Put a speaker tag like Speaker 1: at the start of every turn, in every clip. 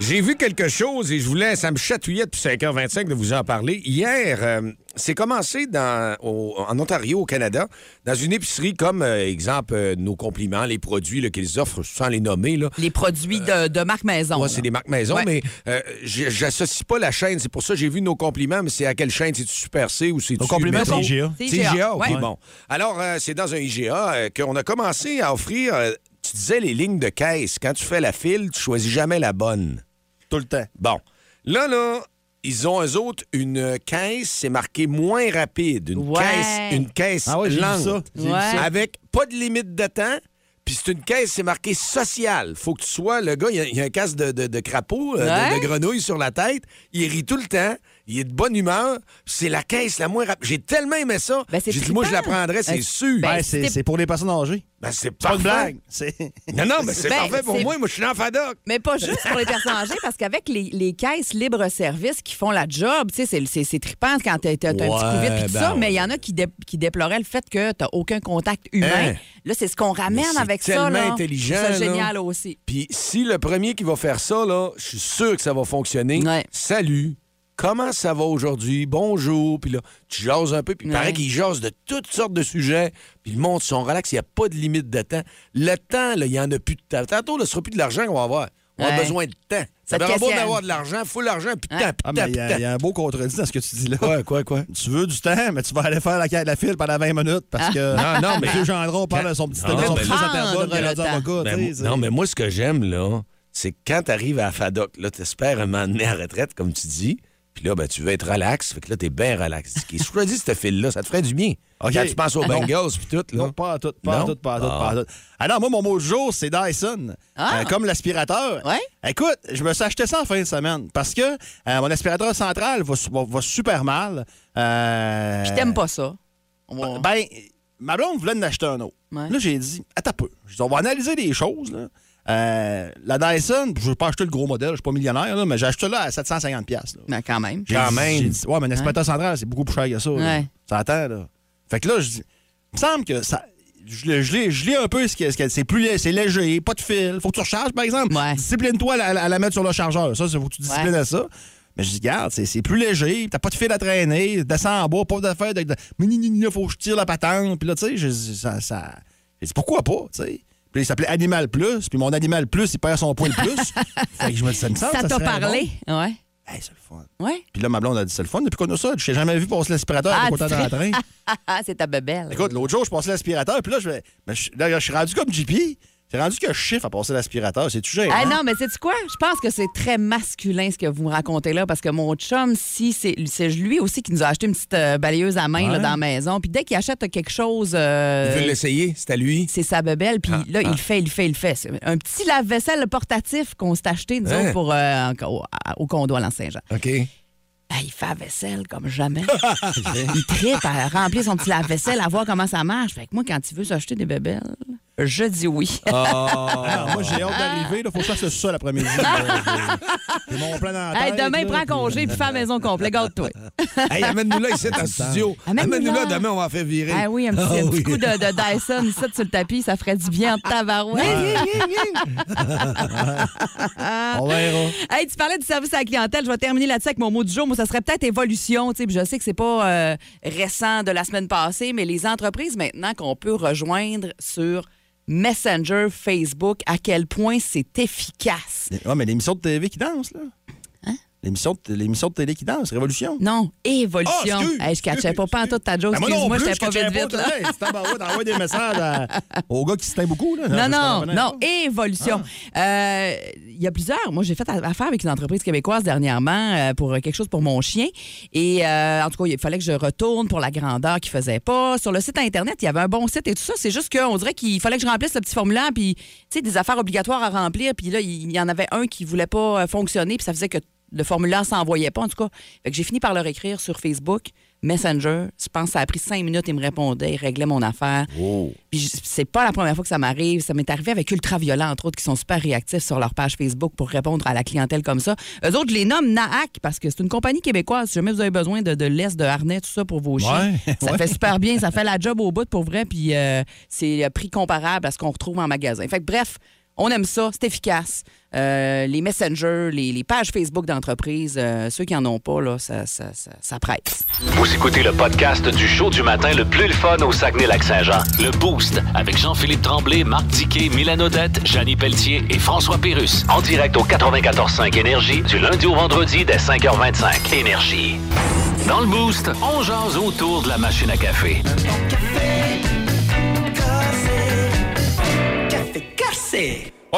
Speaker 1: J'ai vu quelque chose et je voulais, ça me chatouillait depuis 5h25 de vous en parler. Hier, euh, c'est commencé dans, au- en Ontario, au Canada, dans une épicerie comme, euh, exemple, euh, nos compliments, les produits là, qu'ils offrent, sans les nommer. Là.
Speaker 2: Les produits de, de marque maison.
Speaker 1: Moi,
Speaker 2: là.
Speaker 1: c'est des marques maison,
Speaker 2: Ouais.
Speaker 1: mais euh, j- j'associe pas la chaîne. C'est pour ça que j'ai vu nos compliments, mais c'est à quelle chaîne? C'est-tu Super C ou c'est-tu...
Speaker 3: Nos compliments,
Speaker 1: mettons,
Speaker 3: c'est IGA.
Speaker 1: C'est
Speaker 2: C'est IGA,
Speaker 1: IGA, OK,
Speaker 2: ouais.
Speaker 1: bon. Alors, euh, c'est dans un IGA euh, qu'on a commencé à offrir... euh, tu disais les lignes de caisse. Quand tu fais la file, tu choisis jamais la bonne.
Speaker 3: Tout le temps.
Speaker 1: Bon. Là, là, ils ont, eux autres, une caisse, c'est marqué moins rapide. Une
Speaker 2: Ouais.
Speaker 1: caisse, une caisse
Speaker 3: Ah ouais, j'ai vu
Speaker 1: lente.
Speaker 3: ça. J'ai vu
Speaker 2: Ouais. ça.
Speaker 1: Avec pas de limite de temps. Puis c'est une caisse, c'est marqué social. Faut que tu sois, le gars, il y a, il y a un casque de, de- de crapaud, euh, de-
Speaker 2: Ouais.
Speaker 1: de, grenouille sur la tête. Il rit tout le temps. Il est de bonne humeur. C'est la caisse la moins rapide. J'ai tellement aimé ça.
Speaker 2: Ben, c'est
Speaker 1: J'ai dit, moi, je la
Speaker 2: trippant.
Speaker 1: prendrais, c'est
Speaker 2: Euh,
Speaker 1: sûr.
Speaker 2: ben,
Speaker 3: Ouais, c'est
Speaker 2: c'était-
Speaker 3: c'est pour les personnes âgées.
Speaker 1: Ben, c'est
Speaker 3: C'est pas une
Speaker 1: parfait.
Speaker 3: blague. C'est-
Speaker 1: Non, non, mais c'est
Speaker 2: Ben,
Speaker 1: parfait pour
Speaker 2: c'est-
Speaker 1: moi. Moi, je suis dans FADOC.
Speaker 2: Mais pas juste pour les personnes âgées, parce qu'avec les, les caisses libre-service qui font la job, tu sais, c'est- c'est c'est trippant quand t'as t'as un petit
Speaker 1: Ouais,
Speaker 2: Covid et tout
Speaker 1: ben
Speaker 2: ça,
Speaker 1: ouais.
Speaker 2: mais il y en a qui, dé- qui déploraient le fait que t'as aucun contact humain.
Speaker 1: Hein?
Speaker 2: Là, c'est ce qu'on ramène
Speaker 1: c'est
Speaker 2: avec ça.
Speaker 1: tellement
Speaker 2: là.
Speaker 1: intelligent,
Speaker 2: Je trouve ça
Speaker 1: là.
Speaker 2: génial aussi.
Speaker 1: Puis si le premier qui va faire ça, là, je suis sûr que ça va fonctionner.
Speaker 2: Ouais.
Speaker 1: Salut. Comment ça va aujourd'hui? Bonjour. Puis là, tu jases un peu. Puis il
Speaker 2: Ouais.
Speaker 1: paraît qu'il jase de toutes sortes de sujets. Puis le monde, son relax, il n'y a pas de limite de temps. Le temps, là, il n'y en a plus de temps. Tantôt, là, ce ne sera plus de l'argent qu'on va avoir. On a
Speaker 2: Ouais.
Speaker 1: besoin de temps.
Speaker 2: Ça
Speaker 1: Ça
Speaker 2: te
Speaker 1: va beau
Speaker 2: questionne.
Speaker 1: d'avoir de l'argent, faut l'argent, puis de
Speaker 2: Ouais.
Speaker 1: temps, puis
Speaker 3: Ah,
Speaker 1: de
Speaker 3: mais
Speaker 1: temps,
Speaker 3: il
Speaker 1: puis
Speaker 3: y,
Speaker 1: de
Speaker 3: a- il y
Speaker 1: temps.
Speaker 3: a un beau contredit dans ce que tu dis là.
Speaker 1: Quoi, quoi, quoi?
Speaker 3: Tu veux du temps, mais tu vas aller faire la, la file pendant 20 minutes parce que.
Speaker 1: Ah. Non, non, mais-
Speaker 3: Monsieur Gendron parle de son petit
Speaker 1: Non,
Speaker 3: son
Speaker 1: mais-
Speaker 3: petit fils à Terrebonne,
Speaker 2: Prendre
Speaker 3: il est rendu
Speaker 2: le temps.
Speaker 3: avocat,
Speaker 1: Ben,
Speaker 3: tu
Speaker 1: moi-
Speaker 3: sais,
Speaker 1: non,
Speaker 3: c'est-
Speaker 1: mais moi, ce que j'aime, là, c'est que quand t'arrives à la FADOC, là, t'espères un moment donné à la retraite, comme tu dis, puis là, ben, tu veux être relax, fait que là, t'es bien relax. Qui choisis cette file-là, ça te ferait du bien.
Speaker 3: OK.
Speaker 1: Quand tu penses aux Bengals, puis tout, là.
Speaker 3: Ah, Non, pas en tout, pas en
Speaker 1: Non?
Speaker 3: tout, pas en tout, pas en
Speaker 1: Ah.
Speaker 3: tout. Ah non, moi, mon mot du jour, c'est Dyson.
Speaker 2: Ah.
Speaker 3: Euh, comme l'aspirateur.
Speaker 2: Ouais.
Speaker 3: Écoute, je me suis acheté ça en fin de semaine parce que euh, mon aspirateur central va, su- va- va super mal. Euh,
Speaker 2: Je t'aime pas ça.
Speaker 3: ben, Ben, ma blonde voulait en acheter un autre.
Speaker 2: Ouais.
Speaker 3: Là, j'ai dit, attends un peu. J'ai dit, on va analyser des choses. là. Euh, la Dyson, je veux pas acheter le gros modèle, je suis pas millionnaire, là, mais j'ai acheté là à 750$. piastres, là.
Speaker 2: Mais Ben, quand même.
Speaker 3: J'ai
Speaker 1: Quand
Speaker 3: dit-
Speaker 1: même.
Speaker 3: j'ai dit, ouais, mais un aspirateur central, c'est beaucoup plus cher que ça. là.
Speaker 2: Ouais.
Speaker 3: T'entends, là? Fait que là, je dis, il me semble que ça. Je, le- je l'ai- je lis un peu ce que ce que- c'est plus lé- c'est léger, pas de fil. Faut que tu recharges, par exemple.
Speaker 2: Ouais.
Speaker 3: Discipline-toi à, la- à la mettre sur le chargeur. Ça, c'est faut que tu disciplines
Speaker 2: Ouais.
Speaker 3: à ça. Mais je dis, regarde, c'est c'est plus léger, t'as pas de fil à traîner, descends en bas, pas d'affaires. De, de, mais ni, ni, ni, faut que je tire la patente. Puis là, tu sais, je dis, ça. ça j'ai dit, pourquoi pas, tu sais? Puis il s'appelait Animal Plus, puis mon Animal Plus, il perd son poids le plus. fait que je me dis, ça me semble,
Speaker 2: ça t'a
Speaker 3: serait
Speaker 2: parlé? Ouais.
Speaker 3: bon. Hey, c'est le fun.
Speaker 2: Ouais.
Speaker 3: Puis là, ma blonde a dit, c'est le fun. Depuis qu'on a ça, je t'ai jamais vu passer l'aspirateur
Speaker 2: Ah,
Speaker 3: à côté
Speaker 2: tu
Speaker 3: dans le train.
Speaker 2: Ah, ah, c'est ta bebelle.
Speaker 3: Écoute, l'autre jour, je passais l'aspirateur, puis là, je, vais- mais je- là, je suis rendu comme JP. C'est rendu que je chiffre à passer l'aspirateur. C'est-tu gênant?
Speaker 1: Hein?
Speaker 2: Ah non, mais sais-tu quoi? Je pense que c'est très masculin ce que vous me racontez là, parce que mon chum, si c'est c'est lui aussi qui nous a acheté une petite euh, balayeuse à main là,
Speaker 3: Ouais.
Speaker 2: dans la maison, puis dès qu'il achète quelque chose, euh,
Speaker 1: Il veut l'essayer, c'est à lui.
Speaker 2: c'est sa bebelle, puis
Speaker 1: Ah,
Speaker 2: là,
Speaker 1: ah.
Speaker 2: il le fait, il le fait, il le fait. C'est Un petit lave-vaisselle portatif qu'on s'est acheté, nous
Speaker 1: Hein?
Speaker 2: autres, pour, euh, en- au, à- au condo à Saint-Jean.
Speaker 1: OK.
Speaker 2: Ben, il fait la vaisselle comme jamais. il tripe à remplir son petit lave-vaisselle, à voir comment ça marche. Fait que moi, quand il veut s'acheter des bébelles, je dis oui.
Speaker 3: Ah, moi, j'ai hâte d'arriver. Il faut que je fasse le sol après-midi. là. J'ai mon plan dans la
Speaker 2: Hey,
Speaker 3: tête,
Speaker 2: demain,
Speaker 3: là,
Speaker 2: prends
Speaker 3: puis-
Speaker 2: congé, puis fais la maison complète. Garde-toi.
Speaker 1: hey, amène-nous là, ici, en studio.
Speaker 2: Amène-nous
Speaker 1: Amène-nous là,
Speaker 2: là.
Speaker 1: demain, on va en faire virer.
Speaker 2: Ah oui, un petit, un petit coup de, de Dyson ici sur le tapis, ça ferait du bien en tabarouette.
Speaker 3: On verra.
Speaker 2: Hey, tu parlais du service à la clientèle. Je vais terminer là-dessus avec mon mot du jour. Moi, ça serait peut-être évolution. tu sais, puis Je sais que c'est pas euh, récent de la semaine passée, mais les entreprises maintenant qu'on peut rejoindre sur Messenger, Facebook, à quel point c'est efficace.
Speaker 3: Ouais, Ah, mais l'émission de TV qui danse, là. L'émission de, l'émission de télé qui danse, Révolution.
Speaker 2: Hein? Non,
Speaker 3: Ah,
Speaker 2: évolution.
Speaker 3: excuse,
Speaker 2: Hey, je catchais pas,
Speaker 3: excuse,
Speaker 2: pas en toute ta joke.
Speaker 3: Ben, moi non
Speaker 2: Excuse-moi,
Speaker 3: plus,
Speaker 2: j'étais
Speaker 3: je
Speaker 2: pas
Speaker 3: catcherais
Speaker 2: vite vite. là.
Speaker 3: Hey, c'est tabarouette, envoie des messages à- aux gars qui se tient beaucoup. Là.
Speaker 2: Non,
Speaker 3: Je
Speaker 2: non,
Speaker 3: sais pas, Ah.
Speaker 2: non, évolution. Euh, Il y a plusieurs. Moi, j'ai fait affaire avec une entreprise québécoise dernièrement euh, pour quelque chose pour mon chien. Et euh, en tout cas, il fallait que je retourne pour la grandeur qu'il faisait pas. Sur le site Internet, il y avait un bon site et tout ça. C'est juste qu'on dirait qu'il fallait que je remplisse le petit formulaire, puis, tu sais, des affaires obligatoires à remplir. Puis là, il y en avait un qui voulait pas euh, fonctionner, puis ça faisait que le formulaire s'envoyait pas, en tout cas. Fait que j'ai fini par leur écrire sur Facebook Messenger. Je pense que ça a pris cinq minutes. Il me répondait, il réglait mon affaire.
Speaker 4: Oh.
Speaker 2: Puis je- c'est pas la première fois que ça m'arrive. Ça m'est arrivé avec Ultraviolet, entre autres, qui sont super réactifs sur leur page Facebook pour répondre à la clientèle comme ça. Eux autres, je les nomme NAAC parce que c'est une compagnie québécoise. Si jamais vous avez besoin de, de laisse, de harnais, tout ça pour vos chiens,
Speaker 3: Ouais,
Speaker 2: ça
Speaker 3: ouais.
Speaker 2: fait super bien. Ça fait la job au bout pour vrai. Puis euh, c'est euh, prix comparable à ce qu'on retrouve en magasin. Fait que bref, on aime ça. C'est efficace. Euh, les messengers, les, les pages Facebook d'entreprise, euh, ceux qui en ont pas, là, ça, ça, ça, ça presse.
Speaker 5: Vous écoutez le podcast du show du matin le plus le fun au Saguenay-Lac-Saint-Jean. Le Boost avec Jean-Philippe Tremblay, Marc Diquet, Milan Odette, Janine Pelletier et François Pérus. En direct au 94.5 Énergie du lundi au vendredi dès 5h25. Énergie. Dans le Boost, on jase autour de la machine à café.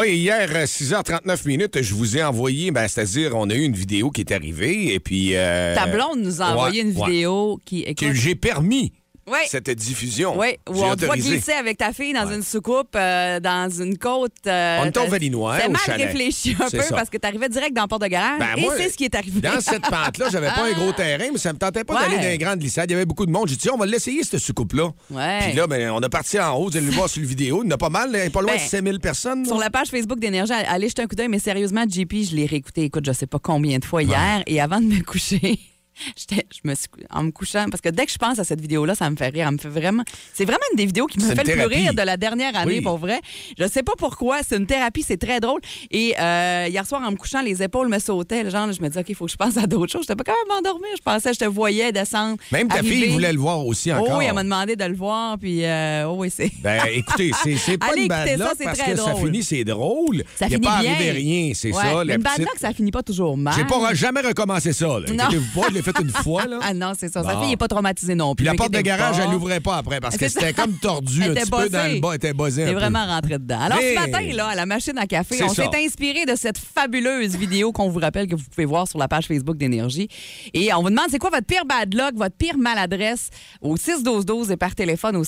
Speaker 1: Oui, hier, euh, à 6h39 minutes, je vous ai envoyé, ben, c'est-à-dire, on a eu une vidéo qui est arrivée, et puis. euh,
Speaker 2: Ta blonde nous a
Speaker 1: ouais,
Speaker 2: envoyé une
Speaker 1: ouais.
Speaker 2: vidéo qui
Speaker 1: Que
Speaker 2: écoute.
Speaker 1: j'ai permis
Speaker 2: Ouais.
Speaker 1: cette diffusion.
Speaker 2: Oui,
Speaker 1: J'ai
Speaker 2: où on te voit
Speaker 1: autorisé.
Speaker 2: glisser avec ta fille dans une soucoupe, euh, dans une côte. euh,
Speaker 1: On était au
Speaker 2: t'as-
Speaker 1: Valinois,
Speaker 2: T'as
Speaker 1: au
Speaker 2: mal
Speaker 1: chalet.
Speaker 2: réfléchi un
Speaker 1: C'est
Speaker 2: peu
Speaker 1: ça.
Speaker 2: parce que t'arrivais direct dans le port de garage
Speaker 1: Ben,
Speaker 2: et
Speaker 1: moi,
Speaker 2: c'est ce qui est arrivé. Ah.
Speaker 1: Dans cette pente-là, j'avais pas un gros terrain, mais ça me tentait pas d'aller
Speaker 2: Ouais.
Speaker 1: dans les grandes glissades. Il y avait beaucoup de monde. J'ai dit, Tiens, on va l'essayer, cette soucoupe-là.
Speaker 2: Ah, Ouais.
Speaker 1: Puis là, ben, on a parti en haut. Vous allez le voir sur le vidéo. Il y en a pas mal, là, pas loin
Speaker 2: Ben,
Speaker 1: de 5000 personnes.
Speaker 2: Sur
Speaker 1: là.
Speaker 2: la page Facebook d'Énergie, allez jeter un coup d'œil, mais sérieusement, JP, je l'ai réécouté, écoute, je sais pas combien de fois hier, et avant de me coucher. j'étais- Je me suis, cou- en me couchant, parce que dès que je pense à cette vidéo-là, ça me fait rire. Elle me fait vraiment. C'est vraiment une des vidéos qui me
Speaker 1: C'est
Speaker 2: fait
Speaker 1: une
Speaker 2: le plus
Speaker 1: thérapie.
Speaker 2: rire de la dernière année,
Speaker 1: Oui.
Speaker 2: pour vrai. Je sais pas pourquoi. C'est une thérapie, c'est très drôle. Et euh, hier soir, en me couchant, les épaules me sautaient. Le Genre, je me disais, OK, il faut que je pense à d'autres choses. J'étais pas capable de m'endormir. Je pensais, je te voyais descendre.
Speaker 1: Même ta
Speaker 2: arriver.
Speaker 1: fille voulait le voir aussi encore.
Speaker 2: Oh, oui, elle m'a demandé de le voir. Puis, euh, oh, oui, c'est.
Speaker 1: Ben, écoutez, c'est- c'est pas
Speaker 2: Allez
Speaker 1: une
Speaker 2: écouter
Speaker 1: bad
Speaker 2: ça,
Speaker 1: luck
Speaker 2: c'est
Speaker 1: parce
Speaker 2: très
Speaker 1: que ça
Speaker 2: drôle.
Speaker 1: finit, c'est drôle.
Speaker 2: Ça
Speaker 1: Il n'est
Speaker 2: finit
Speaker 1: pas
Speaker 2: bien.
Speaker 1: arrivé rien, c'est
Speaker 2: Ouais,
Speaker 1: ça. la
Speaker 2: mais une bad
Speaker 1: petite-
Speaker 2: luck, ça finit pas toujours mal.
Speaker 1: J'ai pas re- jamais recommencé ça. là.
Speaker 2: Non.
Speaker 1: Inquiétez-vous pas, je l'ai fait une fois. Là.
Speaker 2: Ah non, c'est ça. Sa
Speaker 1: Bon.
Speaker 2: fille n'est pas traumatisée non plus.
Speaker 1: Puis la porte de
Speaker 2: inquiétez-vous
Speaker 1: garage,
Speaker 2: pas.
Speaker 1: elle l'ouvrait pas après parce que
Speaker 2: C'est ça.
Speaker 1: c'était comme tordu
Speaker 2: Elle
Speaker 1: un
Speaker 2: était
Speaker 1: petit peu dans
Speaker 2: buzzée.
Speaker 1: le bas. Elle était buzzée un
Speaker 2: C'est
Speaker 1: peu.
Speaker 2: vraiment rentré dedans. Alors,
Speaker 1: Mais-
Speaker 2: ce matin, là, à la machine à café,
Speaker 1: C'est
Speaker 2: on
Speaker 1: ça.
Speaker 2: s'est inspiré de cette fabuleuse vidéo qu'on vous rappelle que vous pouvez voir sur la page Facebook d'Énergie. Et on vous demande, c'est quoi votre pire bad luck, votre pire maladresse au 612-12 et par téléphone au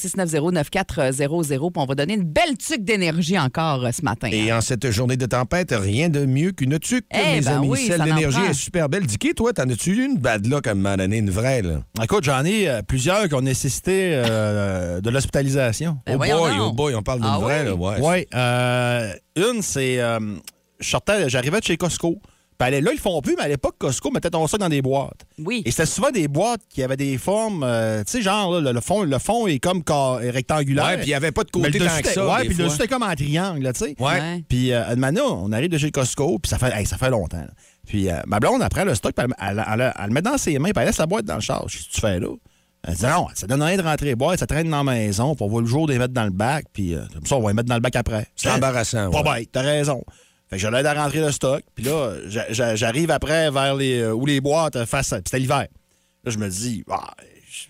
Speaker 2: 690-9400. Puis on va donner une belle tuque d'énergie encore euh, ce matin.
Speaker 1: Et en cette journée de tempête, rien de mieux qu'une tuque,
Speaker 2: Eh,
Speaker 1: mes
Speaker 2: ben
Speaker 1: amis.
Speaker 2: oui,
Speaker 1: Celle
Speaker 2: ça en
Speaker 1: d'énergie
Speaker 2: prend.
Speaker 1: est super belle. Dicky, toi, t'en as-tu eu une bad luck à un moment donné, une vraie, là?
Speaker 3: Écoute, j'en ai euh, plusieurs qui ont nécessité euh, de l'hospitalisation.
Speaker 2: Ben
Speaker 1: oh
Speaker 2: voyons
Speaker 1: boy,
Speaker 2: donc.
Speaker 1: oh boy, on parle d'une
Speaker 2: Ah
Speaker 1: vraie,
Speaker 2: oui?
Speaker 1: là, ouais.
Speaker 3: Oui. euh, une, c'est. euh, je sortais, j'arrivais de chez Costco. Puis à l'é- là, ils le font plus, mais à l'époque, Costco mettait ton sac dans des boîtes.
Speaker 2: Oui.
Speaker 3: Et c'était souvent des boîtes qui avaient des formes, euh, tu sais, genre, là, le, le fond, le fond est comme ca- est rectangulaire.
Speaker 1: Ouais, puis il y avait pas de côté
Speaker 3: Mais
Speaker 1: tant
Speaker 3: le dessus
Speaker 1: que
Speaker 3: était-
Speaker 1: ça,
Speaker 3: Ouais,
Speaker 1: des
Speaker 3: puis le
Speaker 1: fois.
Speaker 3: dessus était comme en triangle, là, tu sais.
Speaker 1: Ouais.
Speaker 2: Ouais.
Speaker 3: Puis, euh, Edmana, on arrive de chez Costco, puis ça fait, hey, ça fait longtemps. là. Puis, euh, ma blonde, après le stock, puis elle, elle- elle- elle le met dans ses mains, puis elle laisse la boîte dans le char. Je dis, tu fais là? Elle dit, non, ça donne rien de rentrer les boîtes, ça traîne dans la maison, puis on va le jour de les mettre dans le bac, puis euh, comme ça, on va les mettre dans le bac après.
Speaker 1: C'est embarrassant,
Speaker 3: Pas
Speaker 1: ouais.
Speaker 3: bête, t'as raison. Fait que je l'aide à rentrer le stock, puis là, j'a- j'a- j'arrive après vers les, euh, où les boîtes euh, face à. Puis c'était l'hiver. Là, je me dis, ah, je-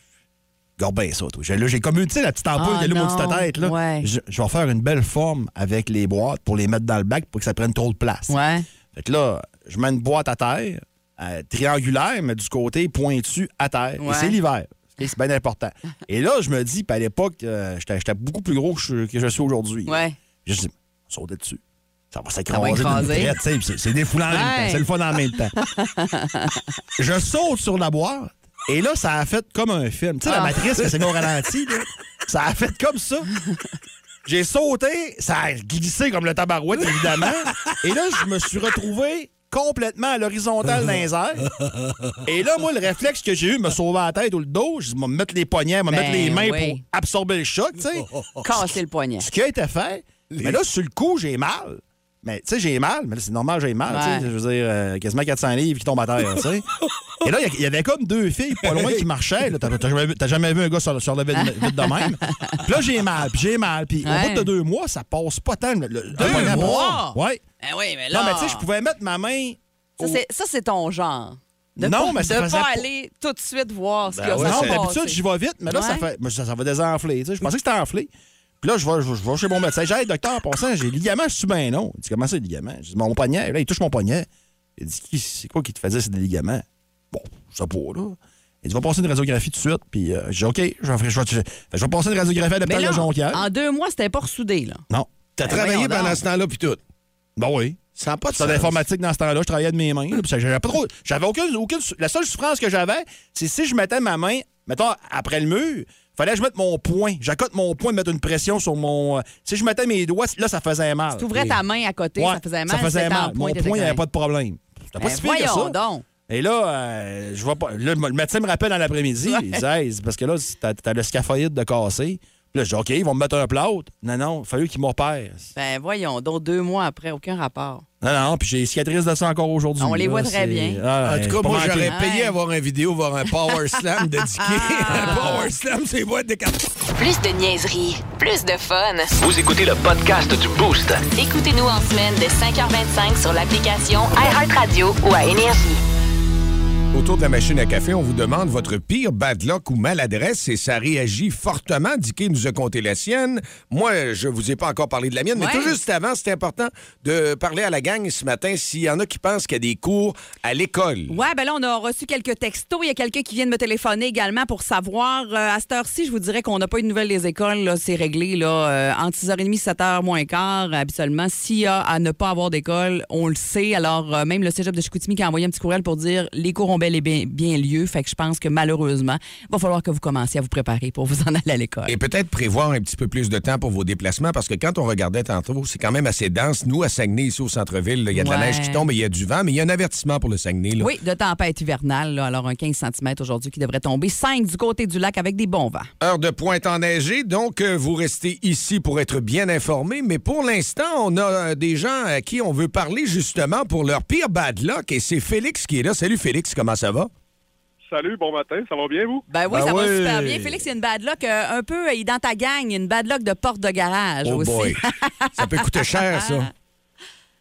Speaker 3: Garde bien ça, toi. J'ai- Là, j'ai comme eu, tu sais, la petite ampoule
Speaker 2: Ah,
Speaker 3: qui allume
Speaker 2: non,
Speaker 3: au-dessus de ta tête. Là.
Speaker 2: ouais.
Speaker 3: Je, je vais faire une belle forme avec les boîtes pour les mettre dans le bac pour que ça prenne trop de place.
Speaker 2: Ouais.
Speaker 3: Fait que là, je mets une boîte à terre, euh, triangulaire, mais du côté pointu à terre.
Speaker 2: Ouais.
Speaker 3: Et c'est l'hiver. Et C'est bien important. Et là, je me dis, puis à l'époque, euh, j'étais j'étais beaucoup plus gros que je, que je suis aujourd'hui.
Speaker 2: Ouais.
Speaker 3: Je dis, sauter dessus. Ça va
Speaker 2: Ça va
Speaker 3: s'écraser.
Speaker 2: écraser.
Speaker 3: d'une traite, tu sais, puis c'est- C'est défoulant en même temps.
Speaker 2: Ouais.
Speaker 3: C'est le fun en même temps. je saute sur la boîte. Et là, ça a fait comme un film. Tu sais, la
Speaker 2: Ah.
Speaker 3: matrice que c'est mis au ralenti, là, ça a fait comme ça. J'ai sauté, ça a glissé comme le tabarouette, évidemment. Et là, je me suis retrouvé complètement à l'horizontale dans les airs. Et là, moi, le réflexe que j'ai eu me sauver la tête ou le dos, je dis, me mettre les poignets, me
Speaker 2: Ben
Speaker 3: mettre les mains
Speaker 2: oui.
Speaker 3: pour absorber le choc, tu sais.
Speaker 2: Casser le poignet.
Speaker 3: Ce qui a été fait. Mais là, sur le coup, j'ai mal. Mais tu sais, j'ai mal, mais là, c'est normal, j'ai mal. tu sais.
Speaker 2: Ouais.
Speaker 3: Je veux dire, euh, quasiment 400 livres qui tombent à terre. tu sais. Et là, il y a- il y, avait comme deux filles pas loin qui marchaient. là. T'as t'as jamais, vu- t'as jamais vu un gars sur, sur le vide, vide de même. Puis là, j'ai mal, puis j'ai mal. Puis au
Speaker 2: Ouais.
Speaker 3: bout de deux mois, ça passe pas tant. le- le- le poignet
Speaker 2: mois?
Speaker 3: bras. Ouais.
Speaker 2: Ben oui, mais
Speaker 3: Non, mais tu sais, je pouvais mettre ma main.
Speaker 2: Ça,
Speaker 3: au-
Speaker 2: c'est- Ça, c'est ton genre. De
Speaker 3: Non,
Speaker 2: pas-
Speaker 3: mais ça
Speaker 2: de
Speaker 3: faisait
Speaker 2: pas
Speaker 3: pas- Ben
Speaker 2: aller tout de suite voir ce qu'il y a
Speaker 1: ouais,
Speaker 2: ça
Speaker 3: non,
Speaker 2: va
Speaker 3: d'habitude,
Speaker 2: passer.
Speaker 3: j'y vais vite, mais là, ça,
Speaker 2: Ouais.
Speaker 3: fait, mais ça, ça va désenfler. tu sais. Je pensais que c'était enflé. Puis là, je vais, je vais- je vais chez mon médecin. J'ai dit, Hey, docteur, en passant, j'ai le ligament, je suis bien non. Il dit, comment ça, le ligament? Je dis, mon poignet. Là, il touche mon poignet. Il dit, Qui- c'est quoi qui te faisait, c'est des ligaments? Bon, je sais pas, là. Il dit, va passer une radiographie tout de suite. Puis euh, j'ai dit, OK, je vais, je, vais, je vais- je vais passer une radiographie à
Speaker 2: Mais
Speaker 3: l'hôpital
Speaker 2: là,
Speaker 3: de Jonquière.
Speaker 2: en deux mois, c'était pas ressoudé, là.
Speaker 3: Non.
Speaker 1: T'as
Speaker 2: Ben
Speaker 1: travaillé
Speaker 2: voyons
Speaker 1: pendant
Speaker 2: donc.
Speaker 1: ce temps-là, puis tout.
Speaker 3: Ben oui.
Speaker 1: Ça n'a pas de
Speaker 3: C'était
Speaker 1: sens.
Speaker 3: de l'informatique dans ce temps-là. Je travaillais de mes mains. là, puis ça, J'avais pas trop. J'avais aucune, aucune. La seule souffrance que j'avais, c'est si je mettais ma main mettons, après le mur, fallait que je mette mon poing. J'accote mon poing de mettre une pression sur mon. euh, si je mettais mes doigts, là, ça faisait mal.
Speaker 2: Tu ouvrais ta main à côté,
Speaker 3: Ah, Ouais,
Speaker 2: ça faisait mal.
Speaker 3: Ça faisait
Speaker 2: c'était en
Speaker 3: mal.
Speaker 2: point,
Speaker 3: Mon
Speaker 2: t'étais
Speaker 3: poing, il n'y avait
Speaker 2: correct.
Speaker 3: pas de problème. C'était pas
Speaker 2: Ben,
Speaker 3: si pire que ça.
Speaker 2: voyons donc.
Speaker 3: Et là, euh, je vois pas. Là, le médecin me rappelle dans l'après-midi. Il dit Hey, c'est parce que là, t'as, t'as le scaphoïde de cassé. Puis là, je dis OK, ils vont me mettre un plâtre. Non, non, il fallu qu'ils m'opèrent.
Speaker 2: Ben voyons donc, deux mois après, aucun rapport.
Speaker 3: Non, non, puis j'ai les cicatrices de ça encore aujourd'hui.
Speaker 2: On les
Speaker 3: là,
Speaker 2: voit très
Speaker 3: c'est-
Speaker 2: bien.
Speaker 3: Ah,
Speaker 6: En
Speaker 3: c'est
Speaker 6: tout cas,
Speaker 3: pas
Speaker 6: moi,
Speaker 3: manqué.
Speaker 6: j'aurais payé
Speaker 2: Ouais.
Speaker 6: à avoir un vidéo, voir un power slam dédié. un power slam, c'est boîtes de cartes.
Speaker 7: Plus de niaiserie, plus de fun.
Speaker 5: Vous écoutez le podcast du Boost.
Speaker 7: Écoutez-nous en semaine de 5h25 sur l'application iHeartRadio ou à Énergie.
Speaker 1: Autour de la machine à café, on vous demande votre pire bad luck ou maladresse et ça réagit fortement. Dicky nous a conté la sienne. Moi, je vous ai pas encore parlé de la mienne, mais
Speaker 2: Ouais.
Speaker 1: tout juste avant, c'était important de parler à la gang ce matin s'il y en a qui pensent qu'il y a des cours à l'école.
Speaker 2: Ouais, ben là, on a reçu quelques textos. Il y a quelqu'un qui vient de me téléphoner également pour savoir. euh, à cette heure-ci, je vous dirais qu'on n'a pas eu de nouvelles des écoles. là. C'est réglé là, euh, entre 6h30 7h moins quart. Habituellement, s'il y a à ne pas avoir d'école, on le sait. Alors, euh, même le cégep de Chicoutimi qui a envoyé un petit courriel pour dire les cours ont bel et bien, bien lieu. Fait que je pense que malheureusement, il va falloir que vous commenciez à vous préparer pour vous en aller à l'école.
Speaker 1: Et peut-être prévoir un petit peu plus de temps pour vos déplacements, parce que quand on regardait tantôt, c'est quand même assez dense. Nous, à Saguenay, ici au centre-ville, il y a de la
Speaker 2: Ouais.
Speaker 1: neige qui tombe et il y a du vent, mais il y a un avertissement pour le Saguenay. là.
Speaker 2: Oui, de tempête hivernale. là. alors, un 15 cm aujourd'hui qui devrait tomber. 5 du côté du lac avec des bons vents.
Speaker 1: Heure de pointe enneigée, donc euh, vous restez ici pour être bien informés. Mais pour l'instant, on a euh, des gens à qui on veut parler justement pour leur pire bad luck. Et c'est Félix qui est là. Salut Félix, comment ça va?
Speaker 8: Salut, bon matin, ça va bien vous?
Speaker 2: Ben oui,
Speaker 1: Ben
Speaker 2: ça
Speaker 1: oui.
Speaker 2: va super bien. Félix, il y a une bad luck euh, un peu euh, dans ta gang, une bad luck de porte de garage
Speaker 1: oh
Speaker 2: aussi.
Speaker 1: boy, ça peut coûter cher ça.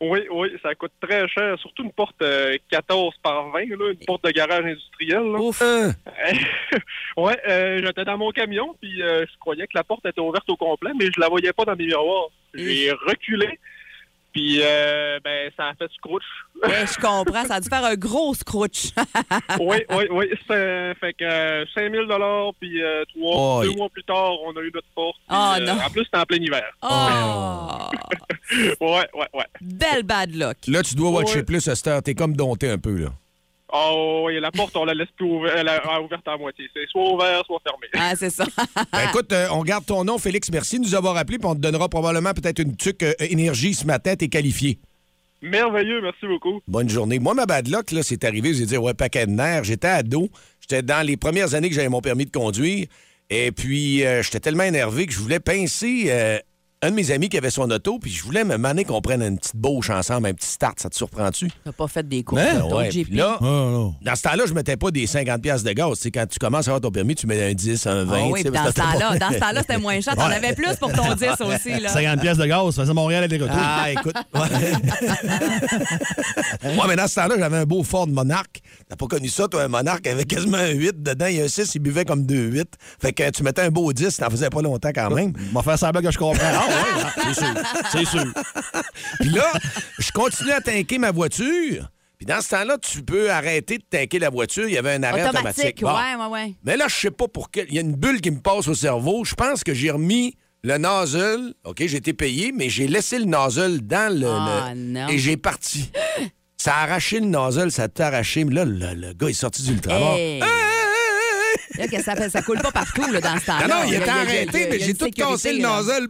Speaker 8: Oui, oui, ça coûte très cher, surtout une porte euh, 14 par 20, là, une porte de garage industrielle. là. Euh,
Speaker 2: Ouf.
Speaker 1: Hein?
Speaker 8: ouais, euh, j'étais dans mon camion, puis euh, je croyais que la porte était ouverte au complet, mais je la voyais pas dans mes miroirs. J'ai reculé, puis euh, ben ça a fait du croûche.
Speaker 2: Ouais, je comprends, ça a dû faire un gros scrooge.
Speaker 8: oui, oui, oui, c'est- fait que euh, 5000 dollars, puis euh, trois,
Speaker 6: Oh,
Speaker 8: deux
Speaker 6: y-
Speaker 8: mois plus tard, on a eu notre porte. puis,
Speaker 2: Ah,
Speaker 8: euh,
Speaker 2: non.
Speaker 8: En plus, c'était en plein hiver.
Speaker 2: Oh,
Speaker 8: ouais, ouais, ouais.
Speaker 2: belle bad luck.
Speaker 1: Là, tu dois watcher
Speaker 8: Ouais.
Speaker 1: plus à cette heure. T'es comme dompté un peu là.
Speaker 8: Oh, oui, la porte, on la laisse plus ouverte, elle est ouverte à moitié. C'est soit ouvert, soit fermé.
Speaker 2: Ah, c'est ça.
Speaker 1: Ben, écoute, euh, on garde ton nom, Félix. Merci de nous avoir appelés. Puis on te donnera probablement peut-être une tuque euh, énergie ce matin. T'es qualifié.
Speaker 8: Merveilleux, merci beaucoup.
Speaker 1: Bonne journée. Moi, ma bad luck, là, c'est arrivé, j'ai dit, ouais, paquet de nerfs. J'étais ado. J'étais dans les premières années que j'avais mon permis de conduire. Et puis, euh, j'étais tellement énervé que je voulais pincer euh, un de mes amis qui avait son auto. Puis, je voulais me maner qu'on prenne une petite bauche ensemble, un petit start. Ça te surprend-tu?
Speaker 2: T'as pas fait des cours.
Speaker 3: Hein?
Speaker 2: toi,
Speaker 1: Ouais.
Speaker 2: donc, JP.
Speaker 1: Puis là,
Speaker 6: Oh,
Speaker 2: Ah
Speaker 6: non.
Speaker 1: dans ce temps-là, je mettais pas des 50$ piastres de gaz. Tu sais, quand tu commences à avoir ton permis, tu mets un 10, un 20.
Speaker 2: Ah
Speaker 1: tu
Speaker 2: oui,
Speaker 1: sais,
Speaker 2: puis dans ce
Speaker 1: parce que t'as
Speaker 2: temps-là,
Speaker 1: pas-
Speaker 2: dans ce temps-là, c'était moins cher. T'en avais plus pour ton 10 aussi, là.
Speaker 3: 50 pièces de gaz, ça faisait Montréal à des retours.
Speaker 1: Ah, écoute. Ouais. Moi, mais dans ce temps-là, j'avais un beau Ford Monarch. T'as pas connu ça, toi, un Monarch avait quasiment un 8 dedans. Il y a un 6, il buvait comme 2-8. Fait que tu mettais un beau 10, t'en faisais pas longtemps quand même.
Speaker 3: On va faire semblant que je comprends. Ah ouais, hein, c'est sûr. C'est sûr.
Speaker 1: Puis là, je continuais à tanker ma voiture. Puis dans ce temps-là, tu peux arrêter de tanker la voiture. Il y avait un arrêt
Speaker 2: Automatique,
Speaker 1: automatique. Bon.
Speaker 2: ouais, ouais, ouais.
Speaker 1: Mais là, je sais pas pour quel. Il y a une bulle qui me passe au cerveau. Je pense que j'ai remis le nozzle. OK, j'ai été payé, mais j'ai laissé le nozzle dans le.
Speaker 2: Ah,
Speaker 1: le-
Speaker 2: non.
Speaker 1: Et j'ai parti. ça a arraché le nozzle, ça t'a arraché. Mais là, le, le gars est sorti du ultramar.
Speaker 2: Hey.
Speaker 1: Hey, hey, hey, hey.
Speaker 2: Là, que ça, fait- ça coule pas partout, là, dans ce temps-là.
Speaker 1: Non, non, il était
Speaker 2: y a- il y a- il y a-
Speaker 1: arrêté,
Speaker 2: il y a
Speaker 1: mais
Speaker 2: une
Speaker 1: j'ai tout
Speaker 2: sécurité,
Speaker 1: cassé le
Speaker 2: là.
Speaker 1: nozzle.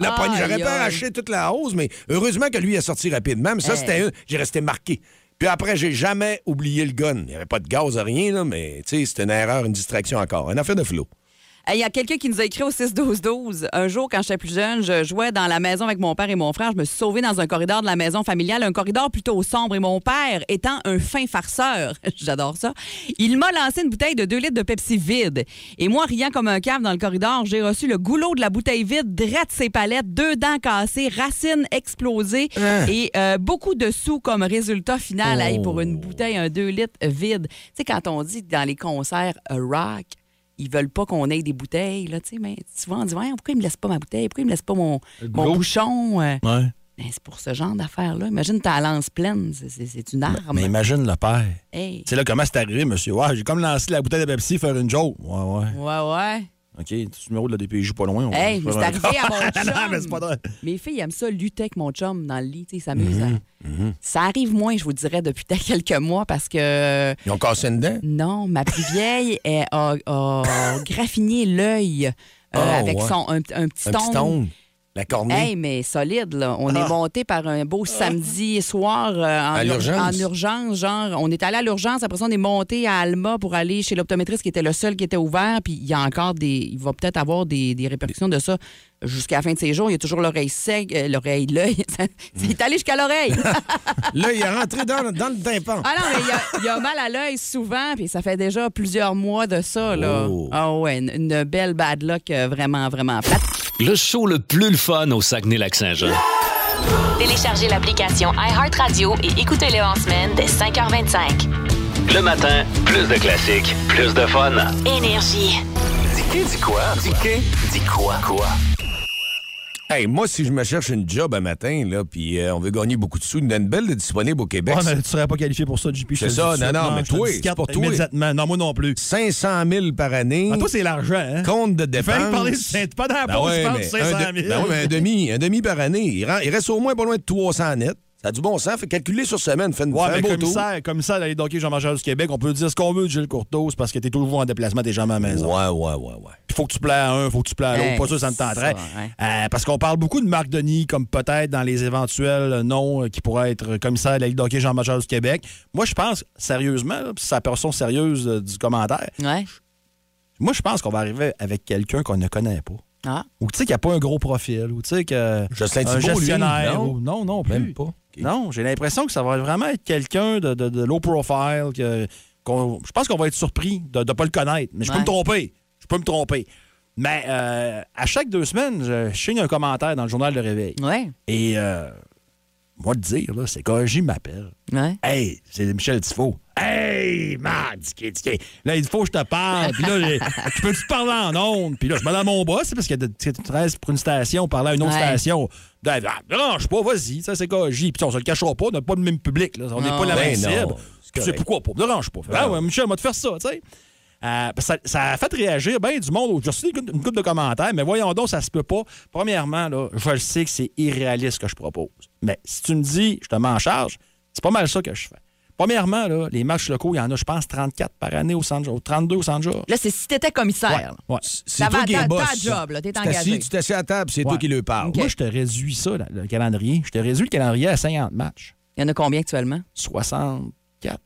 Speaker 1: la poignée, j'aurais
Speaker 2: Aïe,
Speaker 1: pas
Speaker 2: aïe.
Speaker 1: arraché toute la hausse, mais heureusement que lui est sorti rapidement. Mais ça,
Speaker 2: Hey.
Speaker 1: c'était une. J'ai resté marqué. Puis après, j'ai jamais oublié le gun. Il n'y avait pas de gaz, rien, là, mais tu sais, c'était une erreur, une distraction encore. Une affaire de flot.
Speaker 2: Hey, Il y a quelqu'un qui nous a écrit au 6-12-12. Un jour, quand j'étais plus jeune, je jouais dans la maison avec mon père et mon frère. Je me suis sauvée dans un corridor de la maison familiale, un corridor plutôt sombre. Et mon père, étant un fin farceur, j'adore ça, il m'a lancé une bouteille de 2 litres de Pepsi vide. Et moi, riant comme un cave dans le corridor, j'ai reçu le goulot de la bouteille vide, drette ses palettes, deux dents cassées, racines explosées et euh, beaucoup de sous comme résultat final hey, pour
Speaker 3: Oh.
Speaker 2: une bouteille, un 2 litres vide. Tu sais, quand on dit dans les concerts euh, rock, ils veulent pas qu'on ait des bouteilles, là, tu sais, mais souvent on dit Ouais, pourquoi ils me laissent pas ma bouteille, pourquoi ils me laissent pas mon, mon
Speaker 3: goulot.
Speaker 2: bouchon. Euh,
Speaker 3: Ouais.
Speaker 2: ben, c'est pour ce genre d'affaires-là. Imagine ta lance pleine, c'est- c'est c'est une arme.
Speaker 3: Mais imagine le père.
Speaker 2: Hey.
Speaker 3: C'est là comment c'est arrivé, monsieur. Ouais, j'ai comme lancé la bouteille de Pepsi faire une joke. Ouais, ouais.
Speaker 2: Ouais, ouais.
Speaker 3: OK, ce numéro de la DPJ pas loin. on va
Speaker 2: Hey,
Speaker 3: se
Speaker 2: mais c'est
Speaker 3: faire un-
Speaker 2: arrivé à mon chum.
Speaker 3: Non, mais c'est pas drôle. Mm-hmm.
Speaker 2: Mes filles aiment ça, lutter avec mon chum dans le lit, tu sais, ils s'amusent.
Speaker 3: Mhm.
Speaker 2: à- Ça arrive moins, je vous dirais, depuis tant quelques mois parce que euh,
Speaker 1: Ils ont cassé une dent?
Speaker 2: non, ma plus vieille elle a, a graffiné l'œil euh,
Speaker 1: Oh,
Speaker 2: avec
Speaker 1: ouais.
Speaker 2: son, un, un petit
Speaker 1: Un petit
Speaker 2: ongle.
Speaker 1: ongle. La cornée. Ah.
Speaker 2: Hey, mais solide, là. On est monté par un beau samedi soir euh, en,
Speaker 1: À
Speaker 2: ur-
Speaker 1: l'urgence.
Speaker 2: en urgence. Genre, on est allé à l'urgence, après ça, on est monté à Alma pour aller chez l'optométriste qui était le seul qui était ouvert. Puis il y a encore des. Il va peut-être avoir des, des répercussions de ça jusqu'à la fin de ses jours. Il y a toujours l'oreille sec, euh, l'oreille, l'œil. C'est allé jusqu'à l'oreille.
Speaker 1: Là, il est rentré dans, dans le tympan.
Speaker 2: ah non, mais il y a- il y, a mal à l'œil souvent, puis ça fait déjà plusieurs mois de ça, là. Ah
Speaker 1: Oh.
Speaker 2: ouais, une, une belle bad luck euh, vraiment, vraiment plate.
Speaker 5: Le show le plus le fun au Saguenay-Lac-Saint-Jean.
Speaker 7: Téléchargez l'application iHeartRadio et écoutez-le en semaine dès 5h25.
Speaker 5: Le matin, plus de classiques, plus de fun.
Speaker 7: Énergie.
Speaker 5: Dis dis quoi? Dis dis quoi? Quoi?
Speaker 1: Hey, moi, si je me cherche une job un matin, là, puis euh, on veut gagner beaucoup de sous, une belle de disponible au Québec.
Speaker 3: Ouais, mais tu serais pas qualifié pour ça, JP. je te
Speaker 1: C'est
Speaker 3: le dis
Speaker 1: ça,
Speaker 3: tout de
Speaker 1: non,
Speaker 3: suite,
Speaker 1: non, mais
Speaker 3: je te le
Speaker 1: toi,
Speaker 3: dis,
Speaker 1: c'est
Speaker 3: quatre-
Speaker 1: pour toi.
Speaker 3: Immédiatement. Non, moi non plus.
Speaker 1: 500 000 par année.
Speaker 3: Ah, toi, c'est l'argent, hein?
Speaker 1: compte de
Speaker 3: Il
Speaker 1: dépenses.
Speaker 3: fallait parler de Sainte- pas dans la
Speaker 1: Ben
Speaker 3: pause,
Speaker 1: ouais,
Speaker 3: tu parles
Speaker 1: mais
Speaker 3: de
Speaker 1: un
Speaker 3: 500
Speaker 1: de-
Speaker 3: 000.
Speaker 1: ben ouais, mais un demi, un demi par année. Il, ren- il reste au moins pas loin de 300 net. Ça a du bon sens. Fait calculer sur semaine, fait une
Speaker 3: Ouais,
Speaker 1: fait un
Speaker 3: mais
Speaker 1: beau
Speaker 3: comme
Speaker 1: tour.
Speaker 3: ça, comme ça, d'aller docker Jean-Marc du Québec, on peut dire ce qu'on veut de Gilles Courteau, c'est parce que t'es toujours en déplacement, t'es jamais à la
Speaker 1: Ouais,
Speaker 3: maison.
Speaker 1: ouais, ouais, ouais.
Speaker 3: Il faut que tu plais à un, faut que tu plais à l'autre.
Speaker 2: Hey,
Speaker 3: pas sûr, ça me tenterait.
Speaker 2: ça, hein. ouais.
Speaker 3: Euh, parce qu'on parle beaucoup de Marc Denis, comme peut-être dans les éventuels euh, noms euh, qui pourraient être commissaire de la Ligue d'hockey Jean-Marc du Québec. Moi, je pense, sérieusement, là, puis c'est la personne sérieuse euh, du commentaire,
Speaker 2: Ouais.
Speaker 3: moi, je pense qu'on va arriver avec quelqu'un qu'on ne connaît pas.
Speaker 2: Ah.
Speaker 3: Ou tu sais qu'il n'y a pas un gros profil. Ou tu sais que.
Speaker 1: Justin
Speaker 3: un
Speaker 1: Thibault, lui,
Speaker 3: gestionnaire,
Speaker 1: non?
Speaker 3: ou- non, non, plus.
Speaker 1: Même pas. OK.
Speaker 3: Non, j'ai l'impression que ça va vraiment être quelqu'un de, de- de low profile. Que, qu'on- je pense qu'on va être surpris de ne pas le connaître. Mais je peux
Speaker 2: Ouais.
Speaker 3: me tromper. Je peux me tromper. Mais euh, à chaque deux semaines, je signe un commentaire dans le journal Le Réveil.
Speaker 2: Ouais.
Speaker 3: Et euh, moi, le dire, là, c'est quand j'y m'appelle.
Speaker 2: Ouais.
Speaker 3: Hey, c'est Michel Tifo. Hey, man, tiqué, tiqué. Là, il faut que je te parle. Puis là, j'ai- je peux te parler en ondes. Puis là, je me donne à mon boss, c'est parce que de- tu sais, tu te restes pour une station, parler à une autre
Speaker 2: Ouais.
Speaker 3: station. Là, ah, dérange pas, vas-y, ça, c'est KJ. Puis on se le cachera pas, on n'a pas le même public. là. On n'est
Speaker 2: Non.
Speaker 3: pas la même
Speaker 1: Ben
Speaker 3: cible.
Speaker 1: non, c'est
Speaker 3: Tu sais
Speaker 1: correct.
Speaker 3: pourquoi pas, dérange pas. Fait, Ah ouais, Michel, m'a te faire ça, tu sais. Euh, parce que ça, ça a fait réagir bien du monde. J'ai reçu une, couple- une couple de commentaires, mais voyons donc, ça se peut pas. Premièrement, là, je le sais que c'est irréaliste ce que je propose. Mais si tu me dis, je te mets en charge, c'est pas mal ça que je fais. Premièrement, là, les matchs locaux, il y en a, je pense, 34 par année au Sanja, 32 au Sanja.
Speaker 2: Là, c'est si t'étais commissaire. là.
Speaker 3: Ouais.
Speaker 1: C'est
Speaker 2: Ça
Speaker 1: toi
Speaker 2: va,
Speaker 1: qui es
Speaker 2: t'as-
Speaker 1: boss.
Speaker 2: t'as job, là, t'es
Speaker 1: Tu
Speaker 2: engagé.
Speaker 1: t'assis- Tu t'assieds à la table, c'est
Speaker 3: Ouais.
Speaker 1: toi qui le parles.
Speaker 3: Moi, je te réduis ça, là, le calendrier. Je te réduis le calendrier à 50 matchs.
Speaker 2: Il y en a combien actuellement?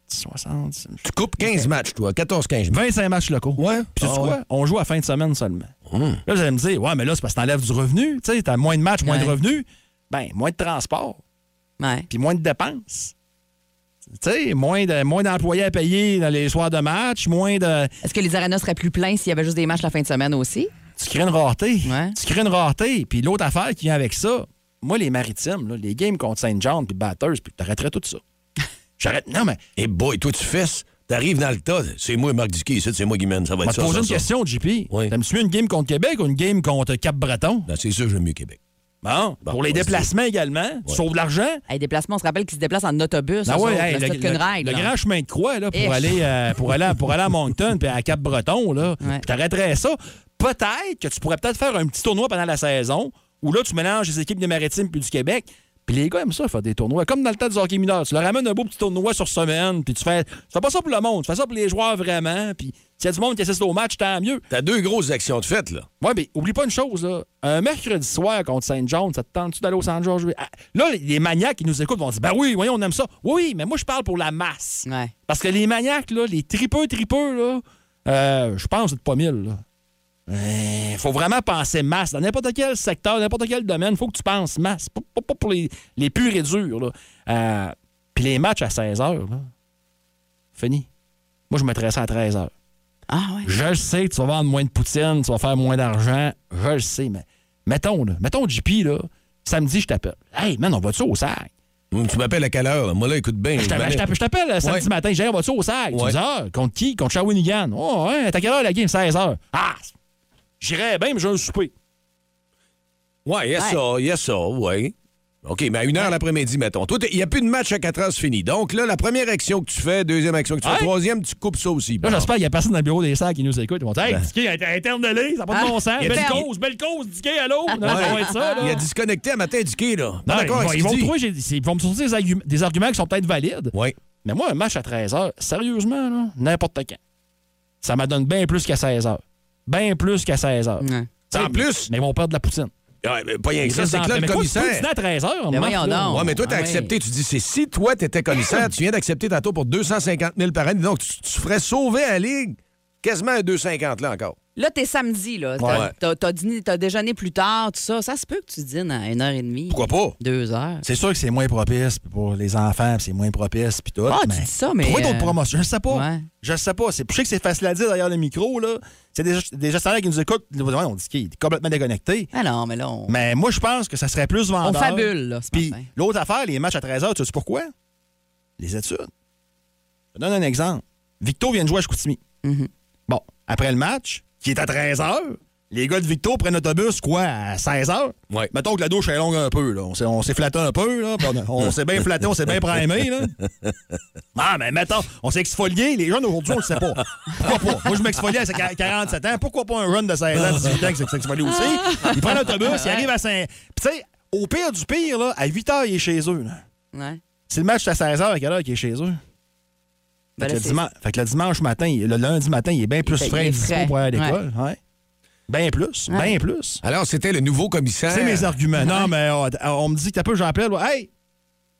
Speaker 3: 64, 60,
Speaker 1: Tu coupes 15 matchs, toi. 14-15 matchs.
Speaker 3: 25 matchs locaux.
Speaker 1: Ouais.
Speaker 3: Puis tu
Speaker 1: Ah ouais. Hum.
Speaker 3: quoi? On joue à fin de semaine seulement. Là, vous allez me dire, ouais, mais là, c'est parce que t'enlèves du revenu. Tu sais, t'as moins de matchs, moins de
Speaker 2: Ouais.
Speaker 3: revenus. Ben, moins de transport,
Speaker 2: Ouais.
Speaker 3: puis moins de dépenses. Tu sais, moins de- moins d'employés à payer dans les soirs de match, moins de.
Speaker 2: Est-ce que les arénas seraient plus pleins s'il y avait juste des matchs la fin de semaine aussi?
Speaker 3: Tu crées une rareté.
Speaker 2: Ouais.
Speaker 3: Tu crées une rareté. Puis l'autre affaire qui vient avec ça, moi, les maritimes, là, les games contre Saint-Jean, puis Batters, puis t'arrêterais tout ça. J'arrête. Non, mais.
Speaker 1: Et boy, toi, tu fesses. T'arrives dans le tas. C'est moi, Marc Dickey, ici, c'est moi qui mène. Ça va
Speaker 3: On
Speaker 1: être
Speaker 3: va te
Speaker 1: ça.
Speaker 3: poser
Speaker 1: ça,
Speaker 3: une
Speaker 1: ça.
Speaker 3: question, JP.
Speaker 1: Oui.
Speaker 3: T'aimes-tu mieux une game contre Québec ou une game contre Cap-Breton?
Speaker 1: Ben, c'est sûr, j'aime mieux Québec.
Speaker 3: Bon,
Speaker 1: Bon,
Speaker 3: pour les
Speaker 1: on va se
Speaker 3: déplacements également, tu sauves de l'argent.
Speaker 2: Hey, déplacement, on se rappelle qu'ils se déplacent en autobus.
Speaker 3: Ah
Speaker 2: eux
Speaker 3: ouais,
Speaker 2: autres,
Speaker 3: hey,
Speaker 2: là,
Speaker 3: le,
Speaker 2: c'est
Speaker 3: le-
Speaker 2: qu'une règle.
Speaker 3: le
Speaker 2: là.
Speaker 3: grand chemin de croix là, pour,
Speaker 2: Ish.
Speaker 3: aller, euh, pour, aller, à- pour aller à Moncton puis à Cap-Breton, là,
Speaker 2: Ouais.
Speaker 3: je t'arrêterais ça. Peut-être que tu pourrais peut-être faire un petit tournoi pendant la saison où là, tu mélanges les équipes des Maritimes puis du Québec. Puis les gars aiment ça, faire des tournois. Comme dans le temps du hockey mineur. Tu leur amènes un beau petit tournoi sur semaine, puis tu fais, tu fais pas ça pour le monde, tu fais ça pour les joueurs vraiment. Puis s'il y a du monde qui assiste au match, tant mieux.
Speaker 1: T'as deux grosses actions de fête, là.
Speaker 3: Ouais, mais oublie pas une chose, là. Un mercredi soir contre Saint-John, ça te tente-tu d'aller au Saint-John jouer? Ah, Là, les- les maniaques qui nous écoutent vont dire Ben oui, voyons, on aime ça. Oui, oui, mais moi, je parle pour la masse.
Speaker 2: Ouais.
Speaker 3: Parce que les maniaques, là, les tripeux, tripeux, là, euh, je pense que c'est pas mille, là. Il faut vraiment penser masse. Dans n'importe quel secteur, n'importe quel domaine, faut que tu penses masse. Pas, pas- pas pour les, les purs et durs, là. Euh, Puis les matchs à 16 heures, là. Fini. Moi, je mettrais ça à 13 heures.
Speaker 2: Ah ouais.
Speaker 3: Je le sais que tu vas vendre moins de poutine, tu vas faire moins d'argent. Je le sais, mais mettons, là, mettons JP, là, samedi, je t'appelle. Hey, man, on va-tu au sac?
Speaker 1: Hum, Tu m'appelles à quelle heure? Moi, là, écoute bien.
Speaker 3: Je t'appelle-
Speaker 1: m'en
Speaker 3: je t'appelle je t'appelle, euh, samedi
Speaker 1: ben, Ouais.
Speaker 3: matin, j'ai on va-tu au sac? Tu
Speaker 1: Ouais.
Speaker 3: dis, ah, contre qui? Contre Shawinigan. Oh, ouais, t'as quelle heure la game? 16 h Ah, j'irais bien, mais j'ai un souper.
Speaker 1: Ouais, il y a
Speaker 2: Ouais.
Speaker 1: ça, il y a ça, ouais. OK, mais à une heure l'après-midi, mettons. Toi, t'es- il n'y a plus de match à 4 heures, c'est fini. Donc là, la première action que tu fais, deuxième action que tu fais,
Speaker 3: Ouais.
Speaker 1: troisième, tu coupes ça aussi. Bon.
Speaker 3: Là, j'espère qu'il n'y a personne dans le bureau des sacs qui nous écoute. Ils vont dire Hey,
Speaker 1: Ben.
Speaker 3: Dicky, interne-le, ça n'a pas de
Speaker 2: Ah,
Speaker 3: bon sens.
Speaker 2: il y a Ah,
Speaker 3: Belle
Speaker 2: des-
Speaker 3: cause, belle cause, Dicky, allô Non, ça va être ça, là.
Speaker 1: Il a disconnecté à matin du quai, là.
Speaker 3: Non,
Speaker 1: Pas
Speaker 3: ils
Speaker 1: d'accord
Speaker 3: vont-
Speaker 1: avec
Speaker 3: ils
Speaker 1: ce
Speaker 3: vont
Speaker 1: qu'il
Speaker 3: me
Speaker 1: dit.
Speaker 3: trouver j'ai- ils vont me sortir des, argum- des arguments qui sont peut-être valides.
Speaker 1: Ouais.
Speaker 3: Mais moi, un match à 13h, sérieusement, là, n'importe quand, ça me donne bien plus qu'à 16h. Bien plus qu'à 16h.
Speaker 2: Ouais.
Speaker 1: En plus,
Speaker 3: Mais ils vont perdre de la poutine.
Speaker 1: ouais, mais pas rien que
Speaker 3: Ils
Speaker 1: ça,
Speaker 3: restent
Speaker 1: c'est
Speaker 3: dans-
Speaker 1: que là,
Speaker 3: Mais
Speaker 1: le
Speaker 3: quoi, tu peux
Speaker 1: commissaire.
Speaker 3: dîner à 13h,
Speaker 2: Mais voyons donc.
Speaker 1: Ouais, mais toi, t'as
Speaker 2: Ah ouais.
Speaker 1: accepté. Tu dis, c'est si toi, t'étais commissaire, tu viens d'accepter tantôt pour 250 000 par année. Donc, tu, tu ferais sauver à la Ligue quasiment à 250 là encore.
Speaker 2: Là, t'es samedi, là. T'as-
Speaker 1: Ouais.
Speaker 2: T'as, t'as dîné- t'as déjeuné plus tard, tout ça. Ça se peut que tu dînes à 1h30.
Speaker 1: Pourquoi pas?
Speaker 2: Deux heures.
Speaker 3: C'est sûr que c'est moins propice puis pour les enfants, puis c'est moins propice, puis tout.
Speaker 2: Ah, tu dis ça, mais,
Speaker 3: Trouver d'autres
Speaker 2: euh,
Speaker 3: promotions, je sais pas.
Speaker 2: ouais.
Speaker 3: Je sais pas. C'est, je sais que c'est facile à dire derrière le micro, là. C'est des, des gestionnaires qui nous écoutent, ils nous demandent, on dit qu'il est complètement déconnecté.
Speaker 2: Ah non, mais là, on,
Speaker 3: Mais moi, je pense que ça serait plus
Speaker 2: on
Speaker 3: vendeur.
Speaker 2: fabule, là, ce
Speaker 3: Puis
Speaker 2: matin.
Speaker 3: l'autre affaire, les matchs à 13h, tu sais pourquoi? Les études. Je te donne un exemple. Victo vient de jouer à Chicoutimi. Bon, après le match, qui est à 13h, les gars de Victo prennent l'autobus, quoi, à 16h?
Speaker 1: Ouais.
Speaker 3: Mettons que la douche est longue un peu, là. On s'est, on s'est flatté un peu, là. puis on a- On, s'est bien flatté, on s'est bien primé, là. Ah, mais mettons, on s'est exfolié. Les jeunes aujourd'hui, on le sait pas. Pourquoi pas? Moi, je m'exfoliais à 47 ans. Pourquoi pas un run de 16 ans, 18 ans qui s'est exfolié aussi? Ils prennent l'autobus, ils arrivent à 5. Puis, tu sais, au pire du pire, là, à 8 h, il est chez eux. là.
Speaker 2: Ouais.
Speaker 3: Si le match est à 16 h, à quelle heure qu'il est chez eux?
Speaker 2: Ben
Speaker 3: Fait
Speaker 2: là,
Speaker 3: que, le
Speaker 2: c'est-
Speaker 3: diman- fait que le dimanche matin, il- le lundi matin, il est bien plus
Speaker 2: est- il
Speaker 3: frais
Speaker 2: est
Speaker 3: et dispo
Speaker 2: frais.
Speaker 3: pour aller à l'école. Ouais. Bien plus,
Speaker 2: Ouais.
Speaker 3: bien plus.
Speaker 1: Alors, c'était le nouveau commissaire.
Speaker 3: C'est mes arguments. Non, mais on, on me dit que t'as peu, j'appelle. ouais. Hey!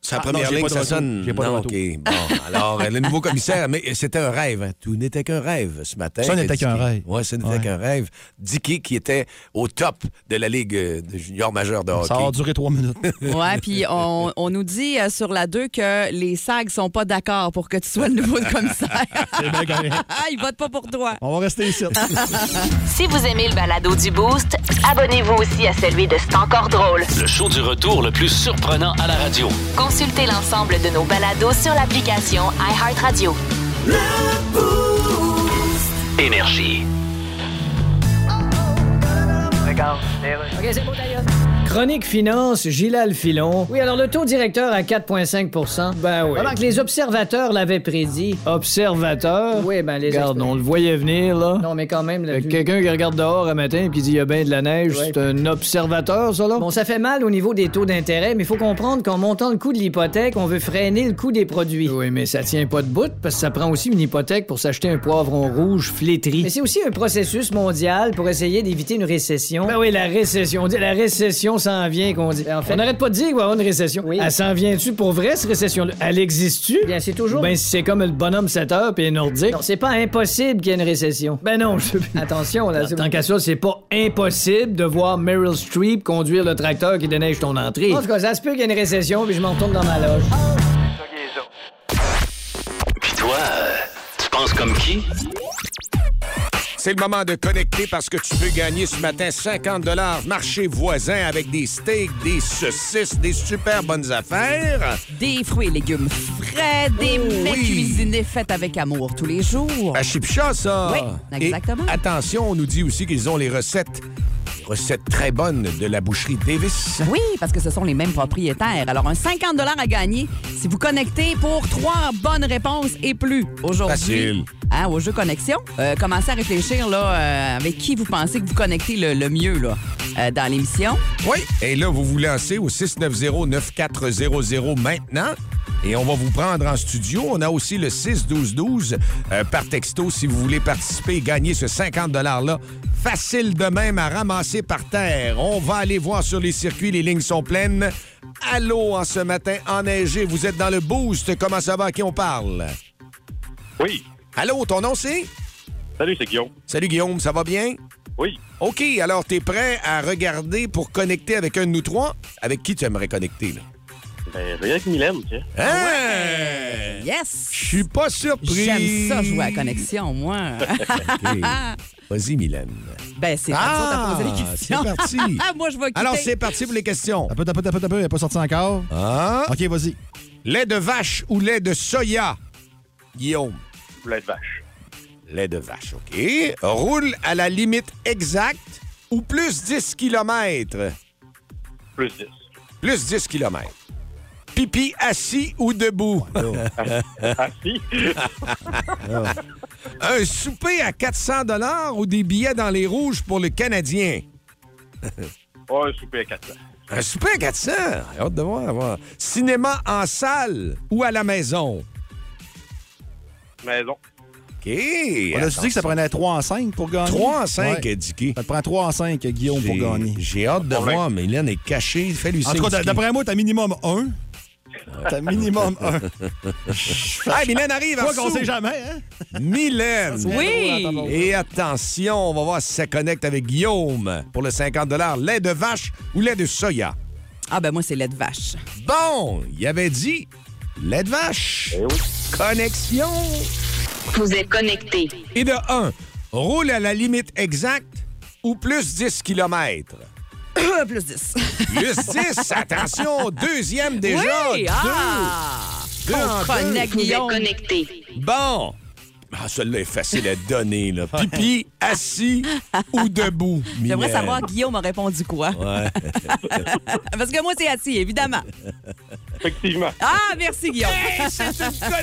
Speaker 1: Sa
Speaker 3: Ah,
Speaker 1: première
Speaker 3: non, j'ai
Speaker 1: ligne,
Speaker 3: pas de
Speaker 1: ça
Speaker 3: retour.
Speaker 1: sonne.
Speaker 3: J'ai pas de
Speaker 1: Non,
Speaker 3: retour.
Speaker 1: OK. Bon, alors, euh, le nouveau commissaire, mais euh, c'était un rêve. hein. Tout n'était qu'un rêve ce matin.
Speaker 3: Ça n'était qu'un
Speaker 1: Dicky.
Speaker 3: rêve.
Speaker 1: Ouais, ça n'était
Speaker 3: Ouais.
Speaker 1: qu'un rêve. Dicky, qui était au top de la Ligue euh, de junior majeure de
Speaker 3: Ça va
Speaker 1: hockey.
Speaker 3: durer trois minutes.
Speaker 2: Ouais, puis on, on nous dit euh, sur la 2 que les SAG sont pas d'accord pour que tu sois le nouveau commissaire.
Speaker 3: C'est bien correct.
Speaker 2: Ils votent Ah, pas pour toi.
Speaker 3: On va rester ici.
Speaker 7: Si vous aimez le balado du Boost, abonnez-vous aussi à celui de C'est encore drôle.
Speaker 5: Le show du retour le plus surprenant à la radio.
Speaker 7: Consultez l'ensemble de nos balados sur l'application iHeartRadio.
Speaker 5: Énergie.
Speaker 9: Chronique Finance, Gilal Filon. Oui, alors le taux directeur à 4,5 Ben oui. Pendant que les observateurs l'avaient prédit. Observateurs? Oui, ben les Regarde, on le voyait venir, là. Non, mais quand même. Quelqu'un qui regarde dehors un matin et qui dit il y a bien de la neige, c'est un observateur, ça, là? Bon, ça fait mal au niveau des taux d'intérêt, mais il faut comprendre qu'en montant le coût de l'hypothèque, on veut freiner le coût des produits. Oui, mais ça tient pas de bout parce que ça prend aussi une hypothèque pour s'acheter un poivron rouge flétri. Mais c'est aussi un processus mondial pour essayer d'éviter une récession. Ben oui, la récession. On dit la récession s'en vient, qu'on dit. on n'arrête pas de dire qu'il va y avoir une récession. Elle s'en vient-tu pour vrai, cette récession-là? Elle existe-tu? Bien, c'est toujours. Ben, si c'est comme le bonhomme 7 heures puis nordique. Non, c'est pas impossible qu'il y ait une récession. Ben non, je... Attention, là. Tant qu'à ça, c'est pas impossible de voir Meryl Streep conduire le tracteur qui déneige ton entrée. En tout cas, ça se peut qu'il y ait une récession puis je m'en retourne dans ma loge.
Speaker 5: Puis toi, euh, tu penses comme qui?
Speaker 1: C'est le moment de connecter parce que tu peux gagner ce matin 50 marché voisin avec des steaks, des saucisses, des super bonnes affaires.
Speaker 2: Des fruits et légumes frais, des
Speaker 1: Oh,
Speaker 2: mets
Speaker 1: oui. Ah,
Speaker 2: cuisinés faits avec amour tous les jours.
Speaker 1: À Chipcha, ça.
Speaker 2: Oui, exactement.
Speaker 1: Et attention, on nous dit aussi qu'ils ont les recettes, les recettes très bonnes de la boucherie Davis.
Speaker 2: Oui, parce que ce sont les mêmes propriétaires. Alors, un 50 à gagner si vous connectez pour trois bonnes réponses et plus aujourd'hui.
Speaker 1: Facile.
Speaker 2: Hein, au jeu Connexion. Euh, commencez à réfléchir là, euh, avec qui vous pensez que vous connectez le, le mieux là, euh, dans l'émission.
Speaker 1: Oui. Et là, vous vous lancez au 690-9400 maintenant. Et on va vous prendre en studio. On a aussi le 6-12-12 euh, par texto si vous voulez participer et gagner ce 50 $-là. Facile de même à ramasser par terre. On va aller voir sur les circuits. Les lignes sont pleines. Allô en ce matin enneigé. Vous êtes dans le boost. Comment ça va? À qui on parle?
Speaker 8: Oui.
Speaker 1: Allô, ton nom c'est?
Speaker 8: Salut, c'est Guillaume.
Speaker 1: Salut Guillaume, ça va bien?
Speaker 8: Oui.
Speaker 1: OK, alors t'es prêt à regarder pour connecter avec un de nous trois? Avec qui tu aimerais connecter, là?
Speaker 8: Ben, je vais avec Mylène, tiens.
Speaker 1: Hein? Je
Speaker 2: Yes!
Speaker 1: suis pas surpris.
Speaker 2: J'aime ça jouer à Connexion, moi. Ah
Speaker 1: OK. Vas-y, Mylène.
Speaker 2: ben, c'est
Speaker 1: Ah,
Speaker 2: pas ça, t'as posé les
Speaker 1: c'est
Speaker 2: questions.
Speaker 1: parti.
Speaker 2: Ah, moi, je vais quitter.
Speaker 1: Alors, c'est parti pour les questions.
Speaker 3: Un peu, un peu, un peu, un peu. Il n'est pas sorti encore.
Speaker 1: Ah,
Speaker 3: OK, vas-y.
Speaker 1: lait de vache ou lait de soya? Guillaume.
Speaker 8: Lait de vache.
Speaker 1: Lait de vache, OK. Roule à la limite exacte ou plus 10 km?
Speaker 8: Plus 10.
Speaker 1: plus 10 km. Pipi assis ou debout.
Speaker 10: Ah,
Speaker 8: Assis.
Speaker 1: Ah Un souper à 400 dollars ou des billets dans les rouges pour le Canadien.
Speaker 8: Oh, un souper à 400.
Speaker 1: Un souper à 400. J'ai hâte de voir. voir. Cinéma en salle ou à la maison.
Speaker 8: Maison.
Speaker 1: OK.
Speaker 3: On a dit que ça prenait 3 en 5 pour gagner.
Speaker 1: 3 en 5,
Speaker 3: Ouais.
Speaker 1: Dicky.
Speaker 3: Ça te prend 3 en 5, Guillaume, pour
Speaker 1: J'ai-
Speaker 3: gagner.
Speaker 1: J'ai hâte de
Speaker 8: Problème.
Speaker 1: voir, mais Hélène est cachée. Fais-lui
Speaker 3: ben- En tout cas, d'après moi, t'as minimum 1. T'as minimum 1.
Speaker 1: Ah, Mylène arrive
Speaker 3: Quoi
Speaker 1: en
Speaker 3: qu'on
Speaker 1: dessous.
Speaker 3: sait jamais, hein?
Speaker 1: Mylène.
Speaker 2: Oui!
Speaker 1: Et attention, on va voir si ça connecte avec Guillaume pour le 50 lait de vache ou lait de soya.
Speaker 2: Ah, ben moi, c'est lait de vache.
Speaker 1: Bon, il avait dit lait de vache. Connexion.
Speaker 7: Eh Vous êtes connecté.
Speaker 1: Et de 1, roule à la limite exacte ou plus 10 km.
Speaker 2: plus 10.
Speaker 1: Plus 10, attention, deuxième déjà.
Speaker 2: oui!
Speaker 1: Deux.
Speaker 2: Ah!
Speaker 1: Deux en deux.
Speaker 2: Connect, Guillaume.
Speaker 7: connecté.
Speaker 1: Bon. Ah, celle-là est facile à donner, là. Pipi, assis ou debout.
Speaker 2: J'aimerais
Speaker 1: Mylène.
Speaker 2: savoir, Guillaume a répondu quoi? Parce que moi, c'est assis, évidemment.
Speaker 8: Effectivement.
Speaker 2: Ah, merci, Guillaume.
Speaker 1: Hey, c'est une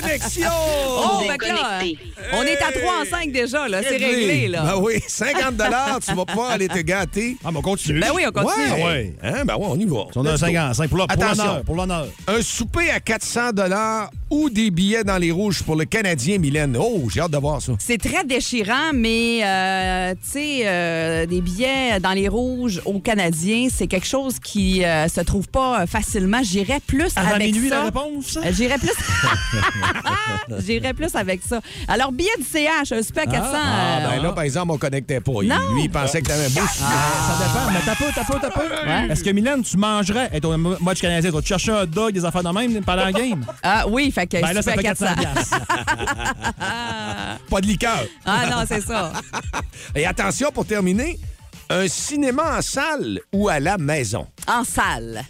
Speaker 1: connexion!
Speaker 2: Oh, fait que là, euh, on est à 3 en 5 déjà, là. C'est réglé, là.
Speaker 1: Ben oui, 50 tu vas pouvoir aller te gâter.
Speaker 3: Ah, mais on continue.
Speaker 2: Ben oui, on continue.
Speaker 1: Ouais.
Speaker 3: Ah ouais.
Speaker 1: Hein, ben ouais, on y va.
Speaker 3: Si on a un
Speaker 1: Let's go.
Speaker 3: 55 pour l'honneur, pour
Speaker 1: Attention.
Speaker 3: l'honneur, pour l'honneur.
Speaker 1: Un souper à 400 ou des billets dans les rouges pour le Canadien, Mylène. Oh, j'ai hâte de voir ça.
Speaker 2: C'est très déchirant, mais euh, tu sais, euh, des billets dans les rouges aux Canadiens, c'est quelque chose qui euh, se trouve pas euh, facilement. J'irais plus
Speaker 3: Avant
Speaker 2: avec
Speaker 3: minuit, la
Speaker 2: ça.
Speaker 3: réponse?
Speaker 2: Euh, J'irais plus. J'irais plus avec ça. Alors, billet du CH, un super 400.
Speaker 1: Ah,
Speaker 2: euh,
Speaker 1: ben là, par exemple, on connectait pas. Il-
Speaker 2: Non.
Speaker 1: Lui, il pensait que t'avais un beau souper.
Speaker 3: Ça dépend, mais t'as peu, t'as peu, t'as peu.
Speaker 2: Ouais.
Speaker 3: Est-ce que Mylène, tu mangerais, être au match canadien, tu vas te chercher un dog, des affaires de même pendant la game?
Speaker 2: ah oui, fait que
Speaker 3: Ben là, ça
Speaker 2: super
Speaker 3: fait 400 piastres.
Speaker 1: Pas de liqueur.
Speaker 2: Ah non, c'est ça.
Speaker 1: Et attention, pour terminer, un cinéma en salle ou à la maison?
Speaker 2: En salle.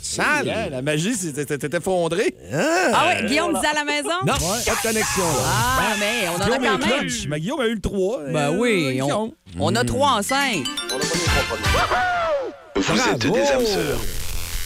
Speaker 1: Salle?
Speaker 3: Yeah, hein, La magie, c'est- t'es t'es effondré.
Speaker 2: Ah ouais, Guillaume disait à la maison?
Speaker 1: Non, pas de connexion, là.
Speaker 2: Ah, mais on en a
Speaker 3: Guillaume
Speaker 2: quand
Speaker 3: est
Speaker 2: même.
Speaker 3: clutch, mais Guillaume a eu le euh, 3.
Speaker 2: Ben oui, Mm. on, on a trois en cinq.
Speaker 5: Vous êtes
Speaker 1: Bravo.
Speaker 5: des âmes sœurs.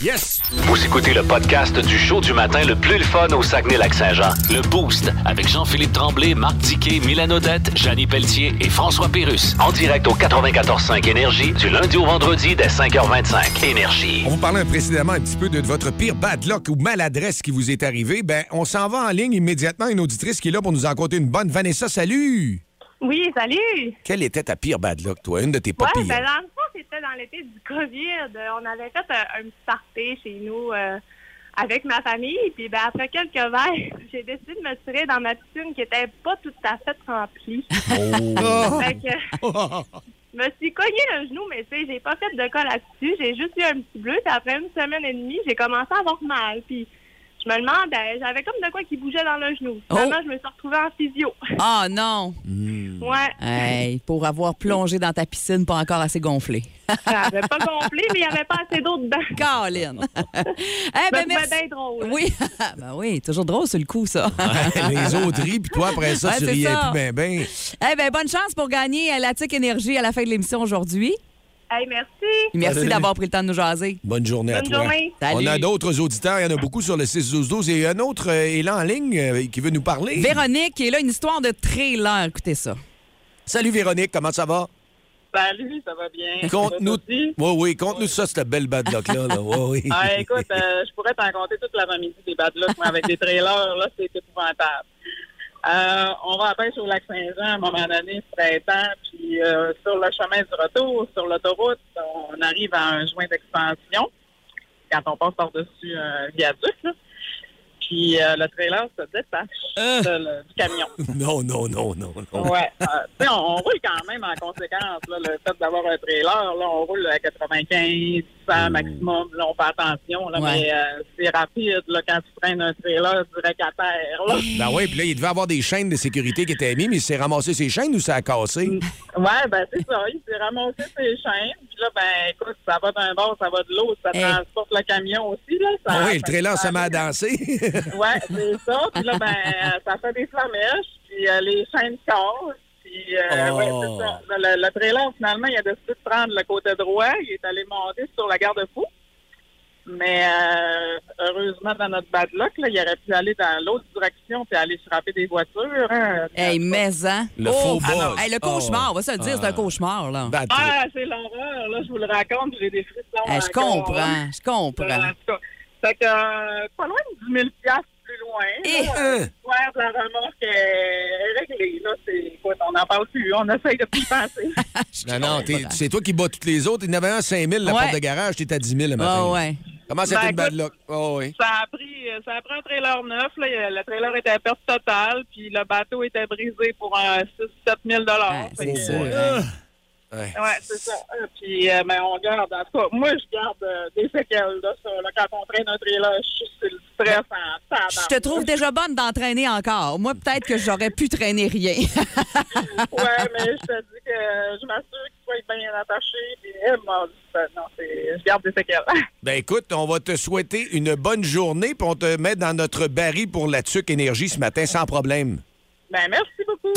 Speaker 1: Yes!
Speaker 5: Vous écoutez le podcast du show du matin le plus le fun au Saguenay-Lac-Saint-Jean. Le Boost avec Jean-Philippe Tremblay, Marc Diquet, Milan Odette, Janine Pelletier et François Pérus. En direct au 94.5 Énergie du lundi au vendredi dès 5h25. Énergie.
Speaker 1: On vous parlait précédemment un petit peu de votre pire bad luck ou maladresse qui vous est arrivée. Ben, on s'en va en ligne immédiatement. Une auditrice qui est là pour nous en compter une bonne. Vanessa, salut!
Speaker 11: Oui, salut!
Speaker 1: Quelle était ta pire bad luck, toi? Une de tes pas
Speaker 11: Ouais,
Speaker 1: pires.
Speaker 11: ben dans le fond, c'était dans l'été du COVID. Euh, On avait fait un, un petit party chez nous euh, avec ma famille. Puis ben, après quelques verres, j'ai décidé de me tirer dans ma piscine qui était pas tout à fait remplie.
Speaker 3: Ah,
Speaker 2: Oh!
Speaker 11: Fait que,
Speaker 3: oh.
Speaker 11: je me suis cogné le genou, mais tu sais, j'ai pas fait de col là-dessus. J'ai juste eu un petit bleu. Puis après une semaine et demie, j'ai commencé à avoir mal. Puis je me demandais, j'avais comme de quoi qui bougeait dans le genou.
Speaker 2: Oh!
Speaker 11: Finalement, je me suis retrouvée en physio.
Speaker 2: Ah non!
Speaker 11: Ouais.
Speaker 2: Hey, pour avoir plongé dans ta piscine pas encore assez gonflée.
Speaker 11: J'avais pas complet, mais il n'y avait pas assez d'eau dedans.
Speaker 2: Caroline! Eh
Speaker 11: Ça
Speaker 2: ben,
Speaker 11: me
Speaker 2: merci.
Speaker 11: trouvait bien drôle. hein.
Speaker 2: Oui, ben oui, toujours drôle sur le coup, ça.
Speaker 1: Les autres puis toi, après ça,
Speaker 2: Ouais,
Speaker 1: tu
Speaker 2: c'est
Speaker 1: riais
Speaker 2: ça.
Speaker 1: plus ben ben.
Speaker 2: Eh ben, bonne chance pour gagner à la TIC Énergie à la fin de l'émission aujourd'hui.
Speaker 11: Hey, merci.
Speaker 2: Puis Merci d'avoir pris le temps de nous jaser.
Speaker 1: Bonne journée à
Speaker 11: Bonne
Speaker 1: toi.
Speaker 11: journée.
Speaker 2: Salut.
Speaker 1: On a d'autres auditeurs, il y en a beaucoup sur le 6-12-12. Et un autre euh, est là en ligne euh, qui veut nous parler.
Speaker 2: Véronique, et là, une histoire de trailer. Écoutez ça.
Speaker 1: Salut Véronique, comment ça va?
Speaker 10: Salut, ça va bien?
Speaker 1: Conte-nous.
Speaker 10: Ça va aussi?
Speaker 1: Oui, oui, conte-nous ça, cette belle bad luck-là. là. Oui, oui.
Speaker 10: Ah, écoute, euh, je pourrais t'en compter toute l'avant-midi des bad luck, mais avec des trailers, là, c'est épouvantable. Euh, on va à pêche au lac Saint-Jean à un moment donné, ce printemps, puis euh, sur le chemin du retour, sur l'autoroute, on arrive à un joint d'expansion quand on passe par-dessus un viaduc, là. Puis euh, le trailer se détache de le- du camion.
Speaker 1: Non, non, non, non, non.
Speaker 10: Ouais. Euh, tu sais, on, on roule quand même en conséquence. Là, le fait d'avoir un trailer, là, on roule à 95,
Speaker 1: Hmm.
Speaker 10: 100 maximum. Là, on fait attention, là,
Speaker 2: Ouais.
Speaker 10: mais euh, c'est rapide là, quand tu traînes un trailer direct à terre. Là.
Speaker 1: Ben oui, puis là, il devait avoir des chaînes de sécurité qui étaient mises, mais il s'est ramassé ses chaînes ou ça a cassé?
Speaker 10: Ouais, ben c'est ça. Il s'est ramassé ses chaînes. Puis là, ben écoute, ça va d'un bord, ça va de l'autre. Ça
Speaker 2: Hey.
Speaker 10: transporte le camion aussi. Là, ça,
Speaker 1: Ah oui, le
Speaker 10: ça-
Speaker 1: trailer
Speaker 10: ça-
Speaker 1: se met à danser.
Speaker 10: Ouais, c'est ça. Puis là, ben, euh, ça fait des flamèches, puis euh, les chaînes cassent. Puis, euh,
Speaker 1: Oh.
Speaker 10: ouais, c'est ça. Le, le trailer, finalement, il a décidé de prendre le côté droit. Il est allé monter sur la garde-fou. Mais euh, heureusement, dans notre bad luck, là, il aurait pu aller dans l'autre direction puis aller frapper des voitures. hein.
Speaker 2: Hey, maison.
Speaker 10: Le faux bas.
Speaker 2: Hey,
Speaker 1: Ah.
Speaker 2: le cauchemar, on va se le dire, c'est un cauchemar, là.
Speaker 10: Ah, c'est l'horreur, là, je vous le raconte, j'ai des frissons.
Speaker 2: Hey, Ah, Eh, je
Speaker 10: encore,
Speaker 2: comprends,
Speaker 10: hein.
Speaker 2: je comprends.
Speaker 10: Euh, Fait que, euh, pas loin de 10 000 piastres plus loin.
Speaker 2: Eh,
Speaker 10: là,
Speaker 2: hein.
Speaker 10: L'histoire de la remorque euh, est réglée. Là, c'est, écoute, on n'en parle plus. On essaye de plus y penser.
Speaker 6: Non, non, t'es- c'est toi qui bats toutes les autres. Il y en avait un à 5 000, la
Speaker 10: Ouais.
Speaker 6: porte de garage, t'es à 10 000 le matin.
Speaker 10: Ah, ouais.
Speaker 6: Comment c'est
Speaker 10: Ben,
Speaker 6: une bad
Speaker 10: écoute,
Speaker 6: luck? Oh, oui.
Speaker 10: Ça a pris, euh, ça a pris un trailer neuf. Là. Il y a- Le trailer était à perte totale, puis le bateau était brisé pour un 6-7 000 Fait que, euh,
Speaker 6: Ouais.
Speaker 10: Ouais, c'est ça. Euh, Puis, euh, ben, on garde, en tout cas, moi, je garde euh, des séquelles de ça. Là, quand on traîne un trailer, je suis sur le stress hein. en tabarnak.
Speaker 2: Je te trouve déjà bonne d'entraîner encore. Moi, peut-être que j'aurais pu traîner rien.
Speaker 4: Ah,
Speaker 10: Ouais, mais je te dis que euh, je m'assure qu'il soit bien attaché. Puis, eh, mon Dieu, ben, non, c'est- je garde des séquelles.
Speaker 6: Ben écoute, on va te souhaiter une bonne journée, puis on te met dans notre baril pour la tuque énergie ce matin sans problème.
Speaker 10: Ben, merci beaucoup.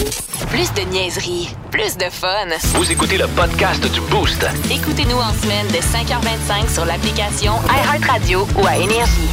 Speaker 7: Plus de niaiserie, plus de fun.
Speaker 5: Vous écoutez le podcast du Boost.
Speaker 7: Écoutez-nous en semaine de 5h25 sur l'application iHeartRadio ou à Énergie.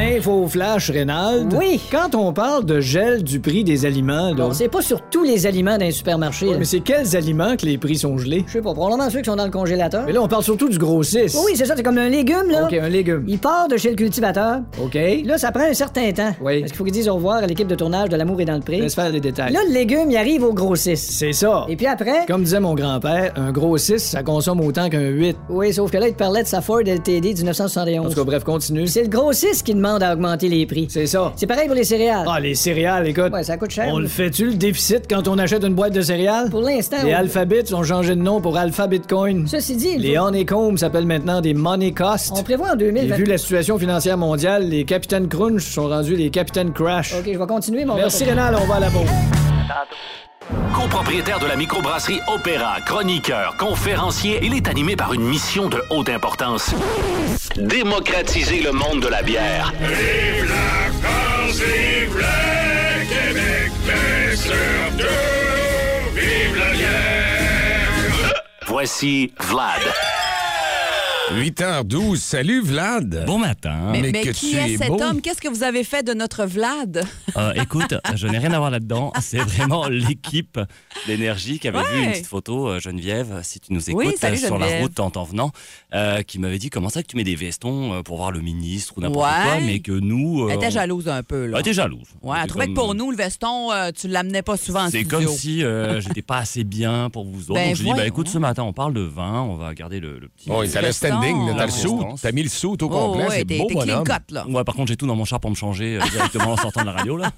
Speaker 9: Info flash, Reynald. Oui. Quand on parle de gel du prix des aliments, là.
Speaker 12: C'est pas sur tous les aliments d'un supermarché. là.
Speaker 9: Mais c'est quels aliments que les prix sont gelés?
Speaker 12: Je sais pas, probablement ceux qui sont dans le congélateur.
Speaker 9: Mais là, on parle surtout du grossiste.
Speaker 12: Oui, c'est ça, c'est comme un légume, là.
Speaker 9: OK, un légume.
Speaker 12: Il part de chez le cultivateur.
Speaker 9: OK.
Speaker 12: Là, ça prend un certain temps.
Speaker 9: Oui.
Speaker 12: Parce qu'il faut qu'ils disent au revoir à l'équipe de tournage de L'amour et dans le prix.
Speaker 9: Laisse faire les détails.
Speaker 12: Là, le légume, il arrive au grossiste.
Speaker 9: C'est ça.
Speaker 12: Et puis après.
Speaker 9: Comme disait mon grand-père, un gros 6, ça consomme autant qu'un 8.
Speaker 12: Oui, sauf que là, il te parlait de sa Ford LTD du 1971.
Speaker 9: En tout cas, bref, continue.
Speaker 12: C'est le grossiste qui demande à augmenter les prix.
Speaker 9: C'est ça.
Speaker 12: C'est pareil pour les céréales.
Speaker 9: Ah, les céréales, écoute.
Speaker 12: Ouais, ça coûte cher.
Speaker 9: On
Speaker 12: là.
Speaker 9: le fait-tu, le déficit, quand on achète une boîte de céréales?
Speaker 12: Pour l'instant,
Speaker 9: Les
Speaker 12: on-
Speaker 9: Alphabets ont changé de nom pour Alpha Bitcoin.
Speaker 12: Ceci dit, il
Speaker 9: Les
Speaker 12: faut-
Speaker 9: Honeycomb s'appellent maintenant des Money Cost.
Speaker 12: on prévoit en
Speaker 9: Et
Speaker 12: 2020.
Speaker 9: vu la situation financière mondiale, les Capitaines Crunch sont rendus les Capitaines Crash.
Speaker 12: OK, je vais continuer, mon
Speaker 9: Merci, Rénal, on va à la pause.
Speaker 5: Copropriétaire de la microbrasserie Opéra, chroniqueur, conférencier, il est animé par une mission de haute importance. Démocratiser le monde de la bière.
Speaker 13: Vive la France, vive le Québec, mais surtout, vive la bière.
Speaker 5: Voici Vlad.
Speaker 1: 8h12. Salut, Vlad.
Speaker 4: Bon matin.
Speaker 2: Mais,
Speaker 4: Oh, Mais
Speaker 2: mais
Speaker 4: que
Speaker 2: qui
Speaker 4: tu
Speaker 2: est
Speaker 4: es
Speaker 2: cet
Speaker 4: beau.
Speaker 2: homme? Qu'est-ce que vous avez fait de notre Vlad?
Speaker 4: Euh, écoute, je n'ai rien à voir là-dedans. C'est vraiment l'équipe d'énergie qui avait vu une petite photo, euh, Geneviève, si tu nous écoutes,
Speaker 2: Oui, salut,
Speaker 4: euh, sur la
Speaker 2: Geneviève.
Speaker 4: route en t'en venant, euh, qui m'avait dit comment ça que tu mets des vestons euh, pour voir le ministre ou n'importe
Speaker 2: Ouais.
Speaker 4: quoi, mais que nous. euh,
Speaker 2: Elle était
Speaker 4: on-
Speaker 2: jalouse un peu, là.
Speaker 4: Elle était jalouse.
Speaker 2: Ouais, elle
Speaker 4: C'est
Speaker 2: trouvait
Speaker 4: comme-
Speaker 2: que pour nous, le veston, euh, tu l'amenais pas souvent en
Speaker 4: C'est
Speaker 2: studio.
Speaker 4: comme si euh, j'étais pas assez bien pour vous autres.
Speaker 2: Ben,
Speaker 4: donc je dis, bah
Speaker 2: voyons.
Speaker 4: écoute, ce matin, on parle de vin, on va garder le, le petit. Ah,
Speaker 6: Oh, t'as le standing, là, t'as le suit, t'as mis le suit au
Speaker 2: Oh,
Speaker 6: complet, c'est beau, bonhomme.
Speaker 4: Ouais, par contre, j'ai tout dans mon char pour me changer euh, directement en sortant de la radio, là.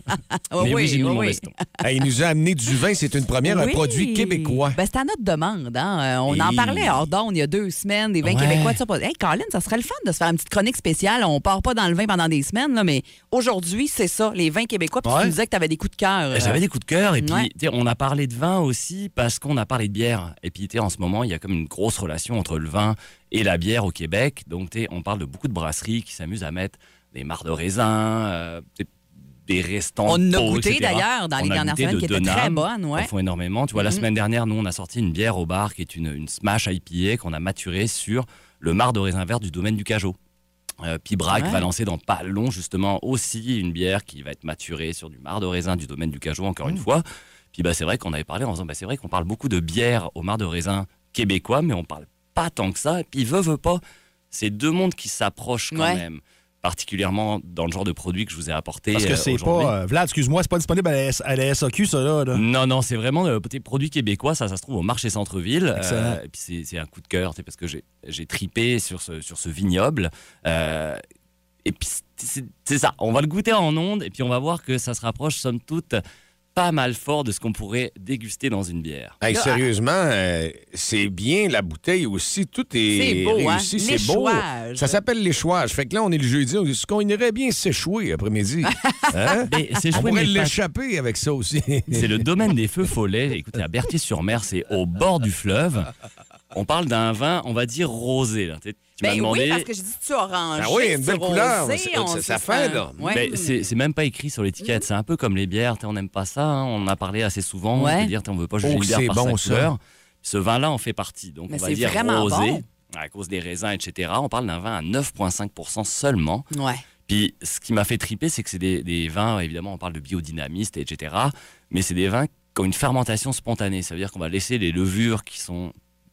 Speaker 4: Mais oui, j'ai mis mon veston.
Speaker 6: Hey, il nous a amené du vin, c'est une première, un
Speaker 2: Oui.
Speaker 6: produit québécois.
Speaker 2: Ben, c'est à notre demande. Hein? Euh, On
Speaker 6: Et-
Speaker 2: en parlait hors d'onde il y a deux semaines, des vins
Speaker 6: Ouais.
Speaker 2: québécois, tout ça. Hey, Colin, ça serait le fun de se faire une petite chronique spéciale. On part pas dans le vin pendant des semaines, là, mais aujourd'hui, c'est ça, les vins québécois. Puis tu
Speaker 4: Ouais.
Speaker 2: nous disais que tu avais des coups de cœur. euh.
Speaker 4: J'avais des coups de cœur et puis
Speaker 2: Ouais.
Speaker 4: tu sais, on a parlé de vin aussi parce qu'on a parlé de bière. Et puis tu sais, en ce moment, il y a comme une grosse relation entre le vin et la bière au Québec. Donc tu sais, on parle de beaucoup de brasseries qui s'amusent à mettre des mares de raisin, euh, tu sais, des restants.
Speaker 2: On
Speaker 4: de
Speaker 2: en a
Speaker 4: peau,
Speaker 2: goûté,
Speaker 4: etc..
Speaker 2: d'ailleurs, dans les
Speaker 4: On a
Speaker 2: dernières
Speaker 4: goûté
Speaker 2: semaines,
Speaker 4: de
Speaker 2: qui étaient
Speaker 4: Denham.
Speaker 2: très bonnes, ouais.
Speaker 4: Ils en font énormément. Tu vois, la
Speaker 2: Mhm.
Speaker 4: semaine dernière, nous, on a sorti une bière au bar qui est une, une smash IPA qu'on a maturée sur le mar de raisin vert du domaine du Cajot. Euh, puis Braque
Speaker 14: Ouais.
Speaker 4: va lancer dans pas long justement aussi une bière qui va être maturée sur du mar de raisin du domaine du Cajot encore une
Speaker 3: Mmh.
Speaker 4: fois. Puis bah, c'est vrai qu'on avait parlé en disant bah, c'est vrai qu'on parle beaucoup de bière au mar de raisin québécois mais on parle pas tant que ça. Et puis veut veut pas, c'est deux mondes qui s'approchent quand
Speaker 3: Ouais.
Speaker 4: même, particulièrement dans le genre de produit que je vous ai apporté.
Speaker 3: Parce que
Speaker 4: euh,
Speaker 3: c'est
Speaker 4: aujourd'hui.
Speaker 3: pas. euh, Vlad, excuse-moi, c'est pas disponible à la, S- à la SAQ, ça, là. là.
Speaker 4: Non, non, c'est vraiment euh, des produits québécois. Ça, ça se trouve au marché centre-ville. Euh,
Speaker 3: Excellent.
Speaker 4: et puis c'est- c'est un coup de cœur, tu sais, parce que j'ai- j'ai tripé sur ce, sur ce vignoble. Euh, et puis c'est- c'est c'est ça. On va le goûter en ondes et puis on va voir que ça se rapproche, somme toute, pas mal fort de ce qu'on pourrait déguster dans une bière.
Speaker 6: Hey,
Speaker 2: Ah.
Speaker 6: sérieusement, euh, c'est bien la bouteille aussi. Tout est,
Speaker 4: C'est beau, hein?
Speaker 6: réussi, c'est beau.
Speaker 4: L'échouage.
Speaker 6: Ça s'appelle l'échouage. Fait que là, on est le jeudi. On, ce qu'on irait bien s'échouer après-midi. Hein?
Speaker 4: Mais c'est
Speaker 6: on
Speaker 4: joué,
Speaker 6: pourrait
Speaker 4: mais pas-
Speaker 6: l'échapper avec ça aussi.
Speaker 4: C'est le domaine des feux follets. Écoutez, à Berthier-sur-Mer, c'est au bord du fleuve. On parle d'un vin, on va dire rosé. Là. Tu sais, tu m'as
Speaker 2: Ben
Speaker 4: demandé.
Speaker 2: oui, parce que j'ai dit tu orange.
Speaker 4: Ah oui, une
Speaker 2: tu
Speaker 4: belle couleur,
Speaker 2: rosé,
Speaker 4: c'est-
Speaker 2: on
Speaker 4: c'est-
Speaker 2: sait
Speaker 4: ça
Speaker 2: pas.
Speaker 4: fait, là.
Speaker 2: Ouais.
Speaker 4: Mais c'est c'est même pas écrit sur l'étiquette. C'est un peu comme les bières. t'sais, On n'aime pas ça. hein, On en a parlé assez souvent.
Speaker 2: Ouais.
Speaker 4: C'est-à-dire, t'sais, on veut pas
Speaker 6: Oh,
Speaker 4: juger
Speaker 6: que
Speaker 4: une bière
Speaker 6: c'est
Speaker 4: par
Speaker 6: bon,
Speaker 4: sa
Speaker 6: ça.
Speaker 4: couleur. Ce vin-là en fait partie. Donc,
Speaker 2: Mais
Speaker 4: on va
Speaker 2: c'est
Speaker 4: dire
Speaker 2: vraiment
Speaker 4: rosé,
Speaker 2: bon.
Speaker 4: à cause des raisins, etc. On parle d'un vin à 9,5 seulement.
Speaker 2: Ouais.
Speaker 4: Puis ce qui m'a fait triper, c'est que c'est des, des vins, évidemment, on parle de biodynamistes, etc. Mais c'est des vins qui ont une fermentation spontanée. Ça veut dire qu'on va laisser les levures qui sont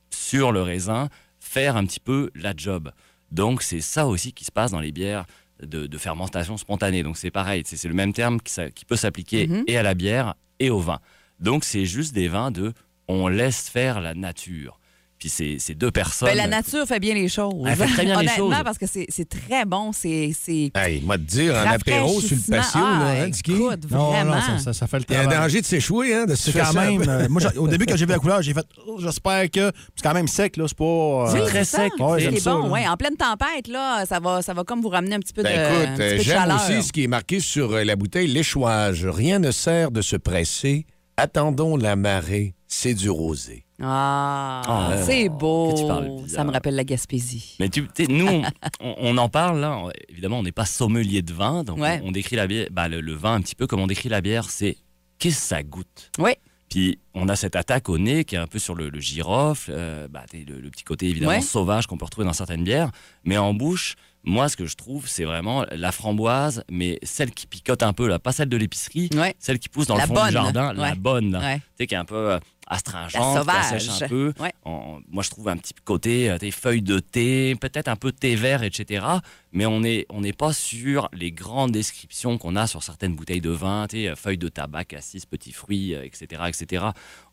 Speaker 4: sur le raisin faire un petit peu la job. Donc c'est ça aussi qui se passe dans les bières de, de fermentation spontanée. Donc c'est pareil, c'est c'est le même terme qui, s'a- qui peut s'appliquer
Speaker 14: Mhm.
Speaker 4: et à la bière et au vin. Donc c'est juste des vins de on laisse faire la nature. Puis c'est c'est deux personnes.
Speaker 2: Ben, la nature fait bien les choses.
Speaker 4: Elle fait très bien les
Speaker 2: Honnêtement,
Speaker 4: choses.
Speaker 2: parce que c'est c'est très bon. C'est. c'est-
Speaker 1: Hey, moi, te dire, un apéro sur
Speaker 2: Rafraîchissement.
Speaker 1: le patio, là,
Speaker 2: Ah,
Speaker 1: hein, Dicky?
Speaker 2: écoute,
Speaker 3: Non,
Speaker 2: vraiment.
Speaker 3: non, ça, ça- ça fait le
Speaker 1: Il y a un
Speaker 3: travail.
Speaker 1: danger de s'échouer, hein, de se
Speaker 3: C'est
Speaker 1: faire
Speaker 3: quand
Speaker 1: ça.
Speaker 3: même. euh, moi, j'ai- au début, quand j'ai vu la couleur, j'ai fait Oh, j'espère que. C'est quand même sec, là. C'est pas. euh,
Speaker 2: Oui, ça.
Speaker 3: Ouais, j'aime
Speaker 2: c'est
Speaker 3: ça,
Speaker 2: bon,
Speaker 3: là.
Speaker 2: ouais. En pleine tempête, là, ça va, ça va comme vous ramener un petit peu de,
Speaker 1: Ben,
Speaker 2: un
Speaker 1: écoute,
Speaker 2: petit
Speaker 1: euh,
Speaker 2: peu de
Speaker 1: j'aime
Speaker 2: chaleur.
Speaker 1: aussi ce qui est marqué sur euh, la bouteille, l'échouage. Rien ne sert de se presser. Attendons la marée. C'est du rosé.
Speaker 2: Ah,
Speaker 4: Ah,
Speaker 2: c'est
Speaker 4: que tu parles
Speaker 2: beau.
Speaker 4: bizarre.
Speaker 2: Ça me rappelle la Gaspésie.
Speaker 4: Mais tu tu sais, nous, on, on- on en parle là. On- Évidemment, on n'est pas sommelier de vin, donc
Speaker 2: Ouais.
Speaker 4: on, on décrit la bière, bah, le, le vin un petit peu comme on décrit la bière, c'est qu'est-ce que ça goûte.
Speaker 2: Oui.
Speaker 4: Puis on a cette attaque au nez qui est un peu sur le, le girofle, euh, bah, t'sais, le, le petit côté évidemment
Speaker 2: Ouais.
Speaker 4: sauvage qu'on peut retrouver dans certaines bières, mais en bouche. Moi, ce que je trouve, c'est vraiment la framboise, mais celle qui picote un peu, là, pas celle de l'épicerie, celle qui pousse dans
Speaker 2: La
Speaker 4: le fond
Speaker 2: bonne.
Speaker 4: du jardin, la
Speaker 2: Ouais.
Speaker 4: bonne, là.
Speaker 2: Ouais.
Speaker 4: tu sais, qui est un peu euh, astringente,
Speaker 2: La
Speaker 4: qui
Speaker 2: sauvage.
Speaker 4: assèche un peu.
Speaker 2: Ouais.
Speaker 4: On- moi, je trouve un petit côté euh, des feuilles de thé, peut-être un peu thé vert, etc. Mais on n'est on n'est pas sur les grandes descriptions qu'on a sur certaines bouteilles de vin, tu sais, euh, feuilles de tabac, cassis, petits fruits, euh, etc., etc.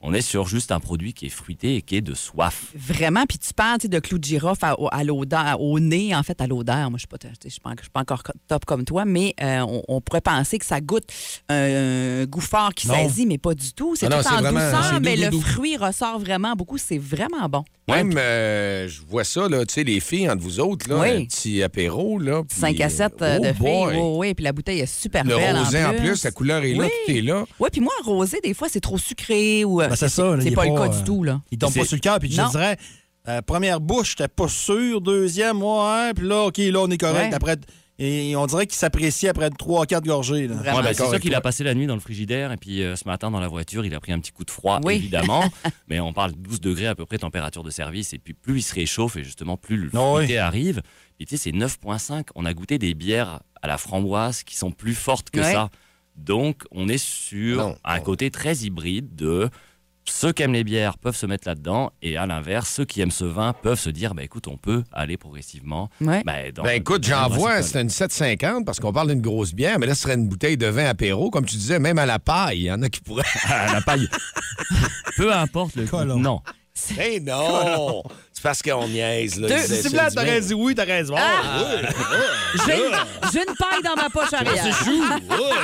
Speaker 4: On est sur juste un produit qui est fruité et qui est de soif.
Speaker 2: Vraiment, puis tu parles tu sais, de clou de girofle à, au- à l'odeur, au nez, en fait, à l'odeur. Moi, je ne suis pas je suis pas encore co- top comme toi, mais euh, on, on pourrait penser que ça goûte un, goût fort qui
Speaker 1: Non.
Speaker 2: saisit, mais pas du tout. C'est
Speaker 1: Ah non,
Speaker 2: tout
Speaker 1: c'est
Speaker 2: en
Speaker 1: vraiment-
Speaker 2: douceur,
Speaker 1: c'est
Speaker 2: mais
Speaker 1: doux,
Speaker 2: le
Speaker 1: doux, doux.
Speaker 2: fruit ressort vraiment beaucoup. C'est vraiment bon.
Speaker 1: Même, euh, je vois ça, là, tu sais, les filles entre vous autres, là,
Speaker 2: Oui.
Speaker 1: un petit apéro, là. puis-
Speaker 2: 5 à 7
Speaker 1: Oh
Speaker 2: de
Speaker 1: boy.
Speaker 2: filles. Oui, oui, puis la bouteille est super
Speaker 1: Le
Speaker 2: belle.
Speaker 1: rosé en plus, la couleur est là,
Speaker 2: Oui.
Speaker 1: tout est là.
Speaker 2: Oui, puis moi, en rosé, des fois, c'est trop sucré ou.
Speaker 3: Ben, c'est ça.
Speaker 1: Ah,
Speaker 3: là,
Speaker 2: C'est
Speaker 3: il est
Speaker 2: pas, le cas
Speaker 3: euh,
Speaker 2: du tout, là.
Speaker 3: Il tombe pas
Speaker 2: C'est-
Speaker 3: sur le cœur. Puis je
Speaker 2: Non.
Speaker 3: te dirais, euh, première bouche, j'étais pas sûr. Deuxième, ouais. Puis là, OK, là, on est correct.
Speaker 2: Ouais.
Speaker 3: Après, et on dirait qu'il s'apprécie après 3-4 gorgées. Là.
Speaker 4: Ouais, ben, c'est sûr qu'il a passé la nuit dans le frigidaire et puis euh, ce matin dans la voiture, il a pris un petit coup de froid,
Speaker 3: Oui.
Speaker 4: évidemment. mais on parle de 12 degrés à peu près température de service et puis plus il se réchauffe et justement plus le
Speaker 3: Ah
Speaker 4: fruité arrive. Et tu sais, c'est 9.5. On a goûté des bières à la framboise qui sont plus fortes que
Speaker 2: Ouais.
Speaker 4: ça. Donc on est sur un côté très hybride de ceux qui aiment les bières peuvent se mettre là-dedans et à l'inverse, ceux qui aiment ce vin peuvent se dire, bah, écoute, on peut aller progressivement. ben, dans-
Speaker 1: Ben écoute,
Speaker 4: dans
Speaker 1: j'en
Speaker 4: le
Speaker 1: vois,
Speaker 4: brassicole.
Speaker 1: c'est une 7,50 parce qu'on parle d'une grosse bière, mais là, ce serait une bouteille de vin apéro, comme tu disais, même à la paille. Il y en a qui pourraient.
Speaker 4: à Ah, la paille. Peu importe le. Non.
Speaker 1: Eh non! C'est parce qu'on niaise, là.
Speaker 3: Deux- Ah!
Speaker 1: il disait,
Speaker 3: si
Speaker 1: c'est
Speaker 3: Vlad
Speaker 1: du
Speaker 3: t'aurait
Speaker 1: vin.
Speaker 3: dit oui, t'aurais raison.
Speaker 2: Ah, J'ai j'ai une paille dans ma poche arrière.
Speaker 3: C'est chou,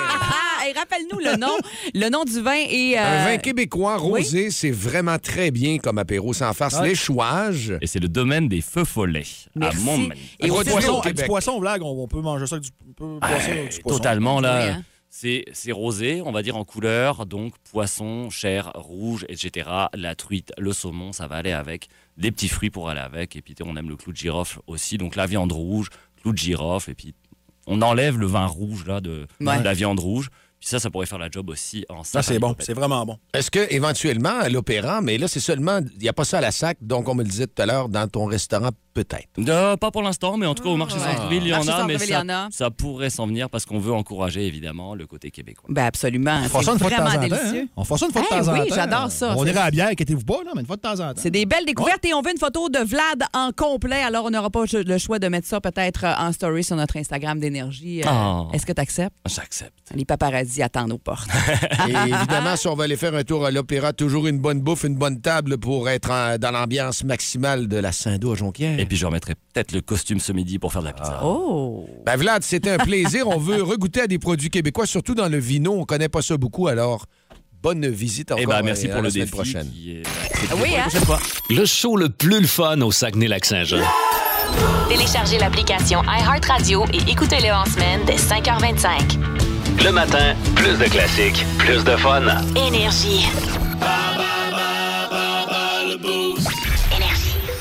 Speaker 2: Et rappelle-nous le nom, le nom du vin et
Speaker 1: Un
Speaker 2: euh,
Speaker 1: vin québécois rosé, c'est vraiment très bien comme apéro, sans farce.
Speaker 3: Ah,
Speaker 2: Ouais.
Speaker 1: L'échouage.
Speaker 4: Et c'est le domaine des feux follets
Speaker 2: Merci.
Speaker 4: à Montmagny.
Speaker 3: Et du poisson, avec du poisson, blague, on, on peut manger ça avec du, on peut boire ça avec du poisson.
Speaker 4: Euh, Totalement, là.
Speaker 3: Oui, hein.
Speaker 4: C'est c'est rosé, on va dire en couleur, donc poisson, chair, rouge, etc. La truite, le saumon, ça va aller avec. Des petits fruits pour aller avec. Et puis, tu sais, on aime le clou de girofle aussi. Donc, la viande rouge, clou de girofle. Et puis, on enlève le vin rouge, là, de, de
Speaker 3: Ouais.
Speaker 4: la viande rouge. Puis ça, ça pourrait faire la job aussi en
Speaker 3: Ça,
Speaker 4: salade
Speaker 3: Ah, c'est bon.
Speaker 4: complète.
Speaker 3: C'est vraiment bon.
Speaker 1: Est-ce que éventuellement à l'opéra, mais là c'est seulement, il n'y a pas ça à la sac, donc on me le disait tout à l'heure, dans ton restaurant peut-être.
Speaker 4: Euh, pas pour l'instant, mais en tout cas, au marché
Speaker 2: ouais.
Speaker 4: Centre-Ville, il y en
Speaker 2: Marché
Speaker 4: a. Mais
Speaker 2: Centre-Ville, il y
Speaker 4: ça,
Speaker 2: en a.
Speaker 4: ça pourrait s'en venir parce qu'on veut encourager, évidemment, le côté québécois.
Speaker 2: Ben absolument.
Speaker 3: On fera
Speaker 2: C'est
Speaker 3: ça une fois de temps
Speaker 2: vraiment
Speaker 3: en temps.
Speaker 2: délicieux.
Speaker 3: hein. On fera ça une fois de
Speaker 2: Eh
Speaker 3: temps en temps.
Speaker 2: Oui, j'adore ça.
Speaker 3: On
Speaker 2: C'est-
Speaker 3: ira à la bière, inquiétez-vous pas, là, mais une fois de temps en temps.
Speaker 2: C'est des belles découvertes et on veut une photo de Vlad en complet. Alors, on n'aura pas le choix de mettre ça peut-être euh, en story sur notre Instagram d'énergie. Euh,
Speaker 3: Ah.
Speaker 1: Oh.
Speaker 2: Est-ce que tu acceptes?
Speaker 4: J'accepte.
Speaker 2: Les paparazzis attendent aux portes.
Speaker 1: Et évidemment, si on va aller faire un tour à l'opéra, toujours une bonne bouffe, une bonne table pour être en- dans l'ambiance maximale de la Saint-Dô à Jonquière.
Speaker 4: Et puis, je remettrai peut-être le costume ce midi pour faire de la
Speaker 3: Ah,
Speaker 4: pizza.
Speaker 2: Oh!
Speaker 1: Ben Vlad, c'était un plaisir. on veut regoûter à des produits québécois, surtout dans le vino. On connaît pas ça beaucoup, alors bonne visite encore.
Speaker 5: Eh ben, merci
Speaker 1: euh, à
Speaker 5: pour
Speaker 1: la
Speaker 5: le
Speaker 1: semaine
Speaker 5: défi
Speaker 1: prochaine.
Speaker 7: Oui, hein?
Speaker 5: Le show le plus le fun au Saguenay-Lac-Saint-Jean.
Speaker 7: Téléchargez l'application iHeartRadio et écoutez-le en semaine dès 5h25.
Speaker 5: Le matin, plus de classiques, plus de fun.
Speaker 7: Énergie.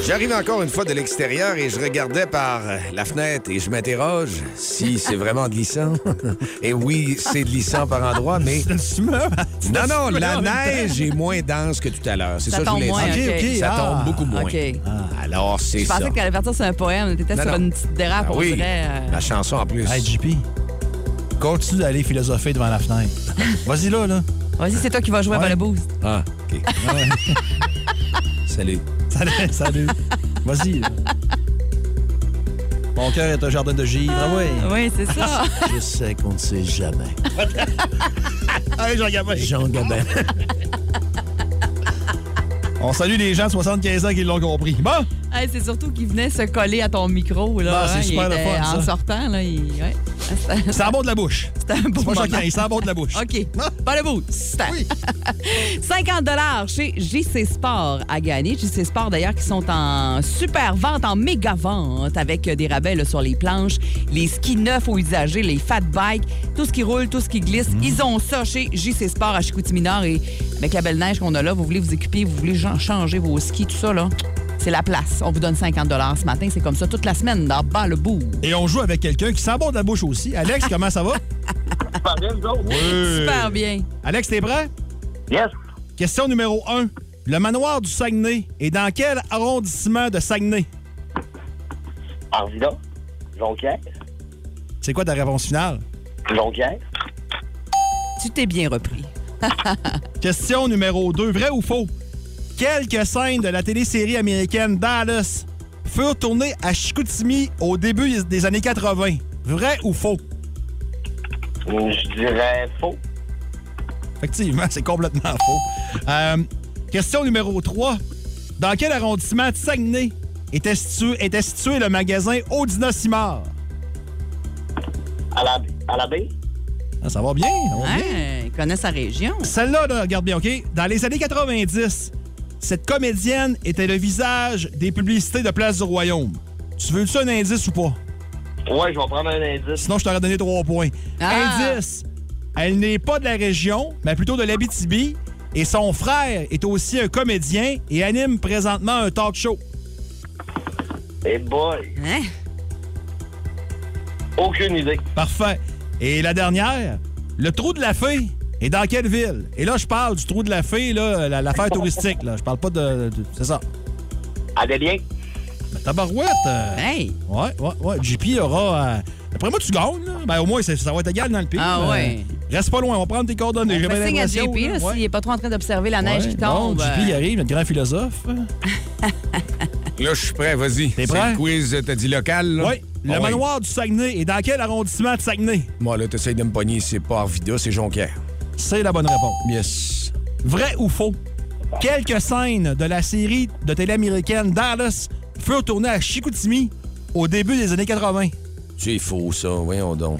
Speaker 1: J'arrive encore une fois de l'extérieur et je regardais par la fenêtre et je m'interroge si c'est vraiment glissant. et oui, c'est glissant par endroits, mais. Non, non, la
Speaker 6: en même
Speaker 1: neige est moins dense que tout à l'heure. C'est
Speaker 2: Ça
Speaker 1: ça, que je
Speaker 2: tombe
Speaker 1: voulais dire.
Speaker 2: moins, OK, OK.
Speaker 1: Ça
Speaker 2: Ah,
Speaker 1: tombe beaucoup moins. Ah,
Speaker 2: OK.
Speaker 1: Alors, c'est
Speaker 2: Je
Speaker 1: ça.
Speaker 2: pensais que t'allais partir sur un poème. T'étais
Speaker 1: Non,
Speaker 2: sur
Speaker 1: non.
Speaker 2: une petite dérape,
Speaker 1: Ah
Speaker 2: on
Speaker 1: oui.
Speaker 2: dirait. euh,
Speaker 1: La chanson en plus.
Speaker 3: Hey, JP, continue d'aller philosopher devant la fenêtre. Vas-y là, là.
Speaker 2: Vas-y, c'est toi qui vas jouer
Speaker 3: Ouais.
Speaker 2: à le boost.
Speaker 1: Ah, OK. Salut.
Speaker 3: Salut, salut. Vas-y. là. Mon cœur est un jardin de givre. Ah ouais.
Speaker 2: Oui, c'est ça.
Speaker 14: Je sais qu'on ne sait jamais.
Speaker 2: Ah
Speaker 3: Allez, Jean Gabin.
Speaker 14: Jean Gabin.
Speaker 3: On salue les gens de 75 ans qui l'ont compris. Bon,
Speaker 2: Hey, c'est surtout qu'il venait se coller à ton micro. Là,
Speaker 3: Bah, c'est
Speaker 2: hein,
Speaker 3: super
Speaker 2: il
Speaker 3: le
Speaker 2: était-
Speaker 3: fun,
Speaker 2: En
Speaker 3: ça.
Speaker 2: sortant, là, il... ouais.
Speaker 3: c'est en bas de la bouche.
Speaker 2: C'était un beau
Speaker 3: C'est pas
Speaker 2: moment.
Speaker 3: choquant, il sent bon de la bouche.
Speaker 2: OK. Pas le bout. 50 chez JC Sport à gagner. JC Sport, d'ailleurs, qui sont en super vente, en méga vente, avec des rabais là, sur les planches, les skis neufs ou usagers, les fat bikes, tout ce qui roule, tout ce qui glisse.
Speaker 3: Mm-hmm.
Speaker 2: Ils ont ça chez JC Sport à Chicoutimi-Nord. Et avec la belle neige qu'on a là, vous voulez vous équiper, vous voulez gen- changer vos skis, tout ça, là. C'est la place. On vous donne 50 ce matin. C'est comme ça toute la semaine dans Bas le bout.
Speaker 3: Et on joue avec quelqu'un qui sent bon de la bouche aussi. Alex, comment ça va? Ouais.
Speaker 2: Super bien.
Speaker 3: Euh, Alex, t'es prêt?
Speaker 15: Yes.
Speaker 3: Question numéro 1. Le manoir du Saguenay est dans quel arrondissement de Saguenay?
Speaker 15: Arvida, Jonquière,
Speaker 3: C'est quoi ta réponse finale?
Speaker 15: Jonquière,
Speaker 2: Tu t'es bien repris.
Speaker 3: Question numéro 2. Vrai ou faux? Quelques scènes de la télésérie américaine Dallas furent tournées à Chicoutimi au début des années 80. Vrai ou faux?
Speaker 15: je dirais faux.
Speaker 3: Effectivement, c'est complètement faux. Euh, question numéro 3. Dans quel arrondissement de Saguenay était situé, était situé le magasin Audina Simard?
Speaker 15: À la, à la baie,
Speaker 3: Ah, ça va bien, ça va bien.
Speaker 2: Hein, il connaît sa région.
Speaker 3: Celle-là, là, regarde bien, OK? Dans les années 90, cette comédienne était le visage des publicités de Place du Royaume. Tu veux-tu un indice ou pas?
Speaker 15: Ouais, je vais prendre un indice.
Speaker 3: Sinon, je t'aurais donné trois points.
Speaker 15: Ah!
Speaker 3: Indice. Elle n'est pas de la région, mais plutôt de l'Abitibi. Et son frère est aussi un comédien et anime présentement un talk show.
Speaker 15: Eh boy.
Speaker 2: Hein?
Speaker 15: Aucune idée.
Speaker 3: Parfait. Et la dernière, le trou de la fée est dans quelle ville? Et là, je parle du trou de la fée, là, la- l'affaire touristique. Là. Je parle pas de... de- c'est ça.
Speaker 15: Adélien.
Speaker 3: Mais tabarouette! euh, Ouais, ouais, ouais. JP aura... euh, Après moi, tu gagnes. là. Ben, au moins, ça, ça va être égal dans le pays.
Speaker 2: Ah,
Speaker 3: là.
Speaker 2: ouais.
Speaker 3: Reste pas loin, on va prendre tes coordonnées. j'ai bien
Speaker 2: Fait signe à
Speaker 3: l'impression,
Speaker 2: JP là,
Speaker 3: là.
Speaker 2: s'il n'est pas trop en train d'observer la neige
Speaker 3: Ouais,
Speaker 2: qui
Speaker 3: bon,
Speaker 2: tombe. euh.
Speaker 3: JP, il arrive, notre grand philosophe.
Speaker 15: Ah
Speaker 1: Là, je suis prêt, vas-y. T'es
Speaker 3: prêt?
Speaker 1: le quiz, t'as dit local, là?
Speaker 3: Oui. Le
Speaker 1: Ah
Speaker 3: manoir du Saguenay est dans quel arrondissement de Saguenay?
Speaker 1: Moi, là, t'essayes de me pogner, c'est pas Arvida, c'est Jonquière.
Speaker 3: C'est la bonne réponse.
Speaker 1: Yes.
Speaker 3: Vrai ou faux? Quelques scènes de la série de télé américaine Dallas furent tournées à Chicoutimi au début des années 80.
Speaker 1: C'est faux, ça, voyons donc.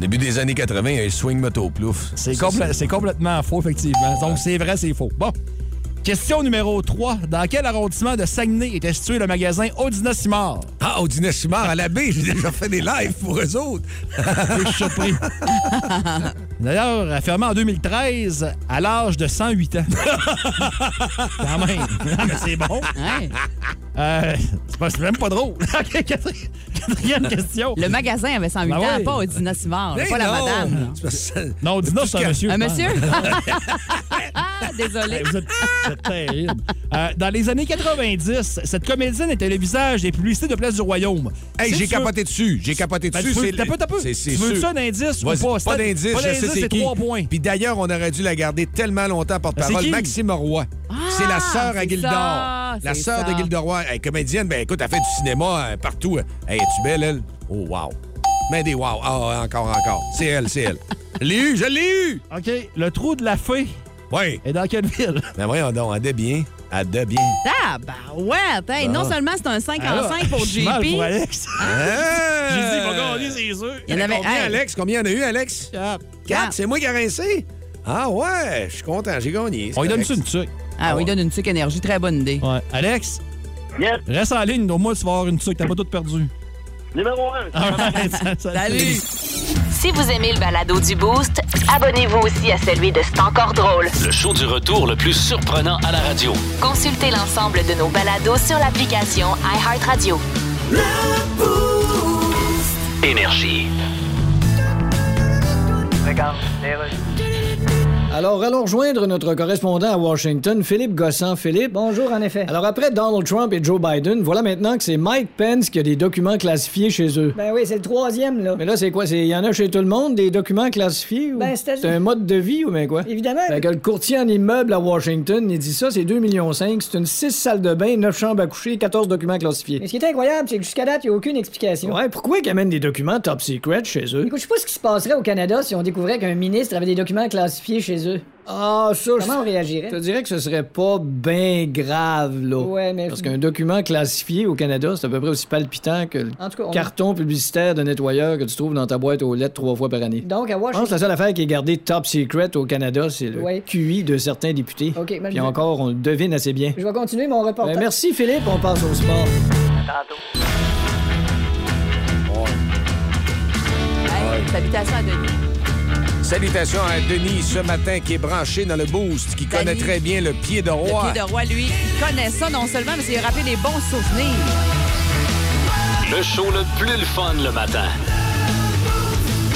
Speaker 1: Début des années 80, il y a le swing moto plouf.
Speaker 3: C'est compl- c'est complètement faux, effectivement. Donc, c'est vrai, c'est faux. Bon. Question numéro 3. Dans quel arrondissement de Saguenay était situé le magasin Audina Simard?
Speaker 1: Ah, au dîner Simard à la baie, j'ai déjà fait des lives pour eux autres.
Speaker 3: Je suis surpris. D'ailleurs, fermé en 2013 à l'âge de 108 ans. Quand même. Mais c'est bon. Euh, c'est pas- c'est même pas drôle. OK, quatri- quatrième question.
Speaker 2: Le magasin avait 108
Speaker 3: Ben
Speaker 2: ans,
Speaker 3: ouais.
Speaker 2: pas au Dina Simard,
Speaker 3: Ben
Speaker 2: pas la
Speaker 3: non.
Speaker 2: madame. là.
Speaker 3: Non, dis-nous, c'est un monsieur.
Speaker 2: Un
Speaker 3: je pense.
Speaker 2: monsieur? Ah, désolé.
Speaker 3: Vous êtes, vous êtes terrible. Euh, dans les années 90, cette comédienne était le visage des publicités de Place du Royaume.
Speaker 1: Hey,
Speaker 3: Si
Speaker 1: j'ai
Speaker 3: tu veux-
Speaker 1: capoté dessus. J'ai capoté
Speaker 3: Ben,
Speaker 1: dessus.
Speaker 3: tu veux-
Speaker 1: c'est-
Speaker 3: t'as peu, t'as peu.
Speaker 1: c'est- c'est
Speaker 3: Tu veux
Speaker 1: sûr.
Speaker 3: ça, un indice ou
Speaker 1: Vas-y,
Speaker 3: pas?
Speaker 1: Pas
Speaker 3: C'est-
Speaker 1: d'indice,
Speaker 3: pas
Speaker 1: je sais
Speaker 3: d'indice,
Speaker 1: c'est
Speaker 3: c'est
Speaker 1: qui.
Speaker 3: trois points.
Speaker 1: Puis d'ailleurs, on aurait dû la garder tellement longtemps
Speaker 3: Ben, c'est
Speaker 1: porte-parole.
Speaker 3: qui? Ah,
Speaker 1: Maxime Roy. c'est la sœur à
Speaker 3: c'est
Speaker 1: Gildor.
Speaker 3: ça,
Speaker 1: La
Speaker 3: c'est
Speaker 1: sœur
Speaker 3: ça.
Speaker 1: de Gildor Roy. Elle est comédienne. Ben écoute, elle fait du cinéma euh, partout. Hey, es-tu belle, elle? Oh, wow. Mais des wow. Ah, encore, encore. C'est elle, c'est elle. Je l'ai eu, je l'ai eu!
Speaker 3: OK, le trou de la fée.
Speaker 1: Oui.
Speaker 3: Et dans quelle ville?
Speaker 1: Ben voyons donc, elle de bien. Elle de bien.
Speaker 2: Ah, bah ouais. Hey,
Speaker 1: Ah.
Speaker 2: non seulement c'est un 5
Speaker 3: Ah,
Speaker 2: en 5 pour Ah.
Speaker 1: je suis mal
Speaker 2: JP.
Speaker 1: pour Alex. Hein?
Speaker 3: J'ai dit, il va
Speaker 1: gagner,
Speaker 3: c'est sûr.
Speaker 2: Euh, Il y en avait-
Speaker 1: combien,
Speaker 2: hey.
Speaker 1: Alex? Combien il y en a eu, Alex?
Speaker 3: Quatre.
Speaker 2: Quatre.
Speaker 1: C'est moi qui ai rincé? Ah ouais, je suis content, j'ai gagné. c'est correct.
Speaker 3: tuque?
Speaker 2: Ah oui, il donne une tuque énergie. Très bonne idée.
Speaker 3: Ouais. Alex?
Speaker 15: Yes.
Speaker 3: Reste en ligne, au moins tu vas avoir une tuque, t'as pas tout perdu.
Speaker 15: Numéro 1.
Speaker 9: Ah
Speaker 3: All right, ça- ça-
Speaker 7: Si vous aimez le balado du Boost,
Speaker 16: Abonnez-vous aussi à celui de C'est encore drôle.
Speaker 5: Le show du retour le plus surprenant à la radio.
Speaker 16: Consultez l'ensemble de nos balados sur l'application iHeartRadio.
Speaker 5: Énergie.
Speaker 9: Alors, allons rejoindre notre correspondant à Washington, Philippe Gossan. Philippe. Bonjour, en effet. Alors, après Donald Trump et Joe Biden, voilà maintenant que c'est Mike Pence qui a des documents classifiés chez eux.
Speaker 7: Ben oui, c'est le troisième, là.
Speaker 9: Mais là, c'est quoi? C'est- Il y en a chez tout le monde, des documents classifiés? Ou...
Speaker 7: Ben, c'est-à-dire-
Speaker 9: un mode de vie ou bien quoi?
Speaker 7: Évidemment.
Speaker 9: Fait que le courtier en immeuble à Washington, il dit ça, c'est 2,5 millions. C'est une 6 salles de bain, 9 chambres à coucher, 14 documents classifiés.
Speaker 7: Mais ce qui est incroyable, c'est que jusqu'à date, il n'y a aucune explication.
Speaker 9: Ouais, pourquoi ils amènent des documents top secret chez eux?
Speaker 7: Écoute, je sais pas ce qui se passerait au Canada si on découvrait qu'un ministre avait des documents classifiés chez eux.
Speaker 9: Ah, ça,
Speaker 7: Comment on réagirait?
Speaker 9: Je te dirais que ce serait pas bien grave, là.
Speaker 7: Ouais, mais-
Speaker 9: Parce qu'un document classifié au Canada, c'est à peu près aussi palpitant que le
Speaker 7: En tout cas, on-
Speaker 9: carton publicitaire de nettoyeur que tu trouves dans ta boîte aux lettres trois fois par année.
Speaker 7: Donc, à
Speaker 9: Je pense que
Speaker 7: Washington.
Speaker 9: la seule affaire qui est gardée top secret au Canada, c'est le
Speaker 7: Ouais.
Speaker 9: QI de certains députés.
Speaker 7: OK, mais-
Speaker 9: Puis encore, on le devine assez bien.
Speaker 7: Je vais continuer mon reportage.
Speaker 9: Ben, merci, Philippe. On passe au sport.
Speaker 2: L'habitation à Denis.
Speaker 1: Salutations à Denis ce matin qui est branché dans le boost, qui connaît très bien le pied de
Speaker 2: Le
Speaker 1: roi.
Speaker 2: pied de roi, lui, il connaît ça non seulement, mais c'est rappelé des bons souvenirs.
Speaker 5: Le show le plus le fun le matin.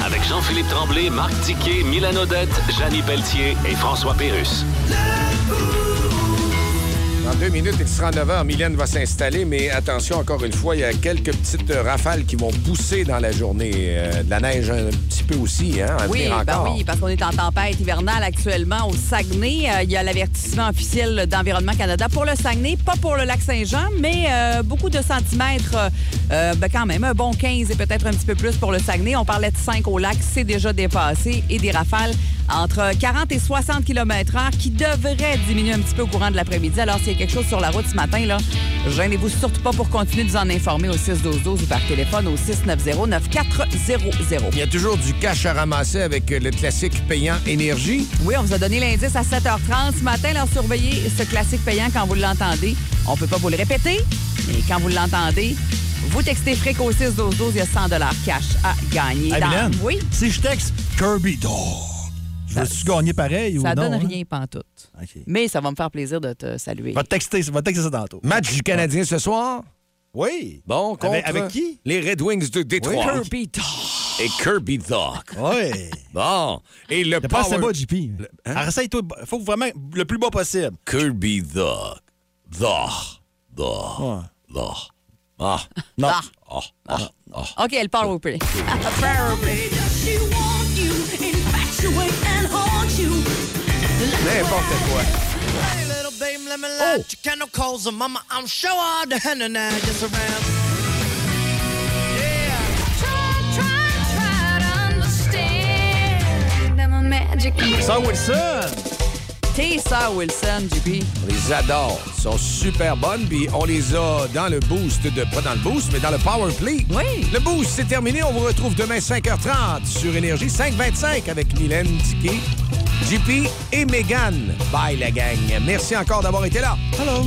Speaker 5: Avec Jean-Philippe Tremblay, Marc Tiquet, Milan Odette, Janine Pelletier et François Pérus.
Speaker 1: Dans deux minutes, il sera 9h, Mylène va s'installer, mais attention encore une fois, il y a quelques petites euh, rafales qui vont pousser dans la journée. Euh, de la neige un petit peu aussi, hein, à
Speaker 2: Oui,
Speaker 1: venir
Speaker 2: ben
Speaker 1: encore.
Speaker 2: oui, parce qu'on est en tempête hivernale actuellement au Saguenay. Euh, il y a l'avertissement officiel d'Environnement Canada pour le Saguenay, pas pour le lac Saint-Jean, mais euh, beaucoup de centimètres, euh, euh, ben quand même, un bon 15 et peut-être un petit peu plus pour le Saguenay. On parlait de 5 au lac, c'est déjà dépassé, et des rafales entre 40 et 60 km h qui devraient diminuer un petit peu au courant de l'après-midi. Alors, s'il y a quelque chose sur la route ce matin, là, gênez-vous surtout pas pour continuer de vous en informer au 612-12 ou par téléphone au 690-9400.
Speaker 1: Il y a toujours du cash à ramasser avec euh, le classique payant énergie.
Speaker 2: Oui, on vous a donné l'indice à 7h30 ce matin. Alors, surveillez ce classique payant quand vous l'entendez. On peut pas vous le répéter, mais quand vous l'entendez, vous textez Fric au 6 12 12 il y a 100 cash à gagner.
Speaker 3: Hey,
Speaker 2: dans-
Speaker 3: Mylène,
Speaker 2: Oui,
Speaker 3: Si je texte Kirby Dog, je veux-tu gagner pareil ou
Speaker 2: ça
Speaker 3: non?
Speaker 2: donne
Speaker 3: hein?
Speaker 2: rien pantoute. Mais ça va me faire plaisir de te saluer.
Speaker 3: Va texter, va texter ça tantôt.
Speaker 1: Match du Canadien ce soir.
Speaker 3: Oui.
Speaker 1: Bon, contre
Speaker 3: Avec- avec qui?
Speaker 1: Les Red Wings de Détroit.
Speaker 2: Kirby Dog.
Speaker 1: Et Kirby Dog.
Speaker 3: Oui.
Speaker 1: Bon. Et le
Speaker 3: T'as pas assez
Speaker 1: power-
Speaker 3: bas, JP. Arrête-toi. Faut vraiment le plus bas possible.
Speaker 1: Hein? Kirby Dog. Dog. Dog. Dog. Ah.
Speaker 3: Non.
Speaker 1: Ah. Ah. Ah.
Speaker 2: OK, elle part au play.
Speaker 1: N'importe quoi.
Speaker 3: Ça, Wilson.
Speaker 2: T'es ça, Wilson, JP.
Speaker 1: On les adore. Ils sont super bonnes. Puis on les a dans le boost de. Pas dans le boost, mais dans le power play.
Speaker 2: Oui.
Speaker 1: Le boost, c'est terminé. On vous retrouve demain 5h30 sur Énergie 525 avec Mylène Dickey, JP et Megan. Bye la gang. Merci encore d'avoir été là.
Speaker 3: Hello.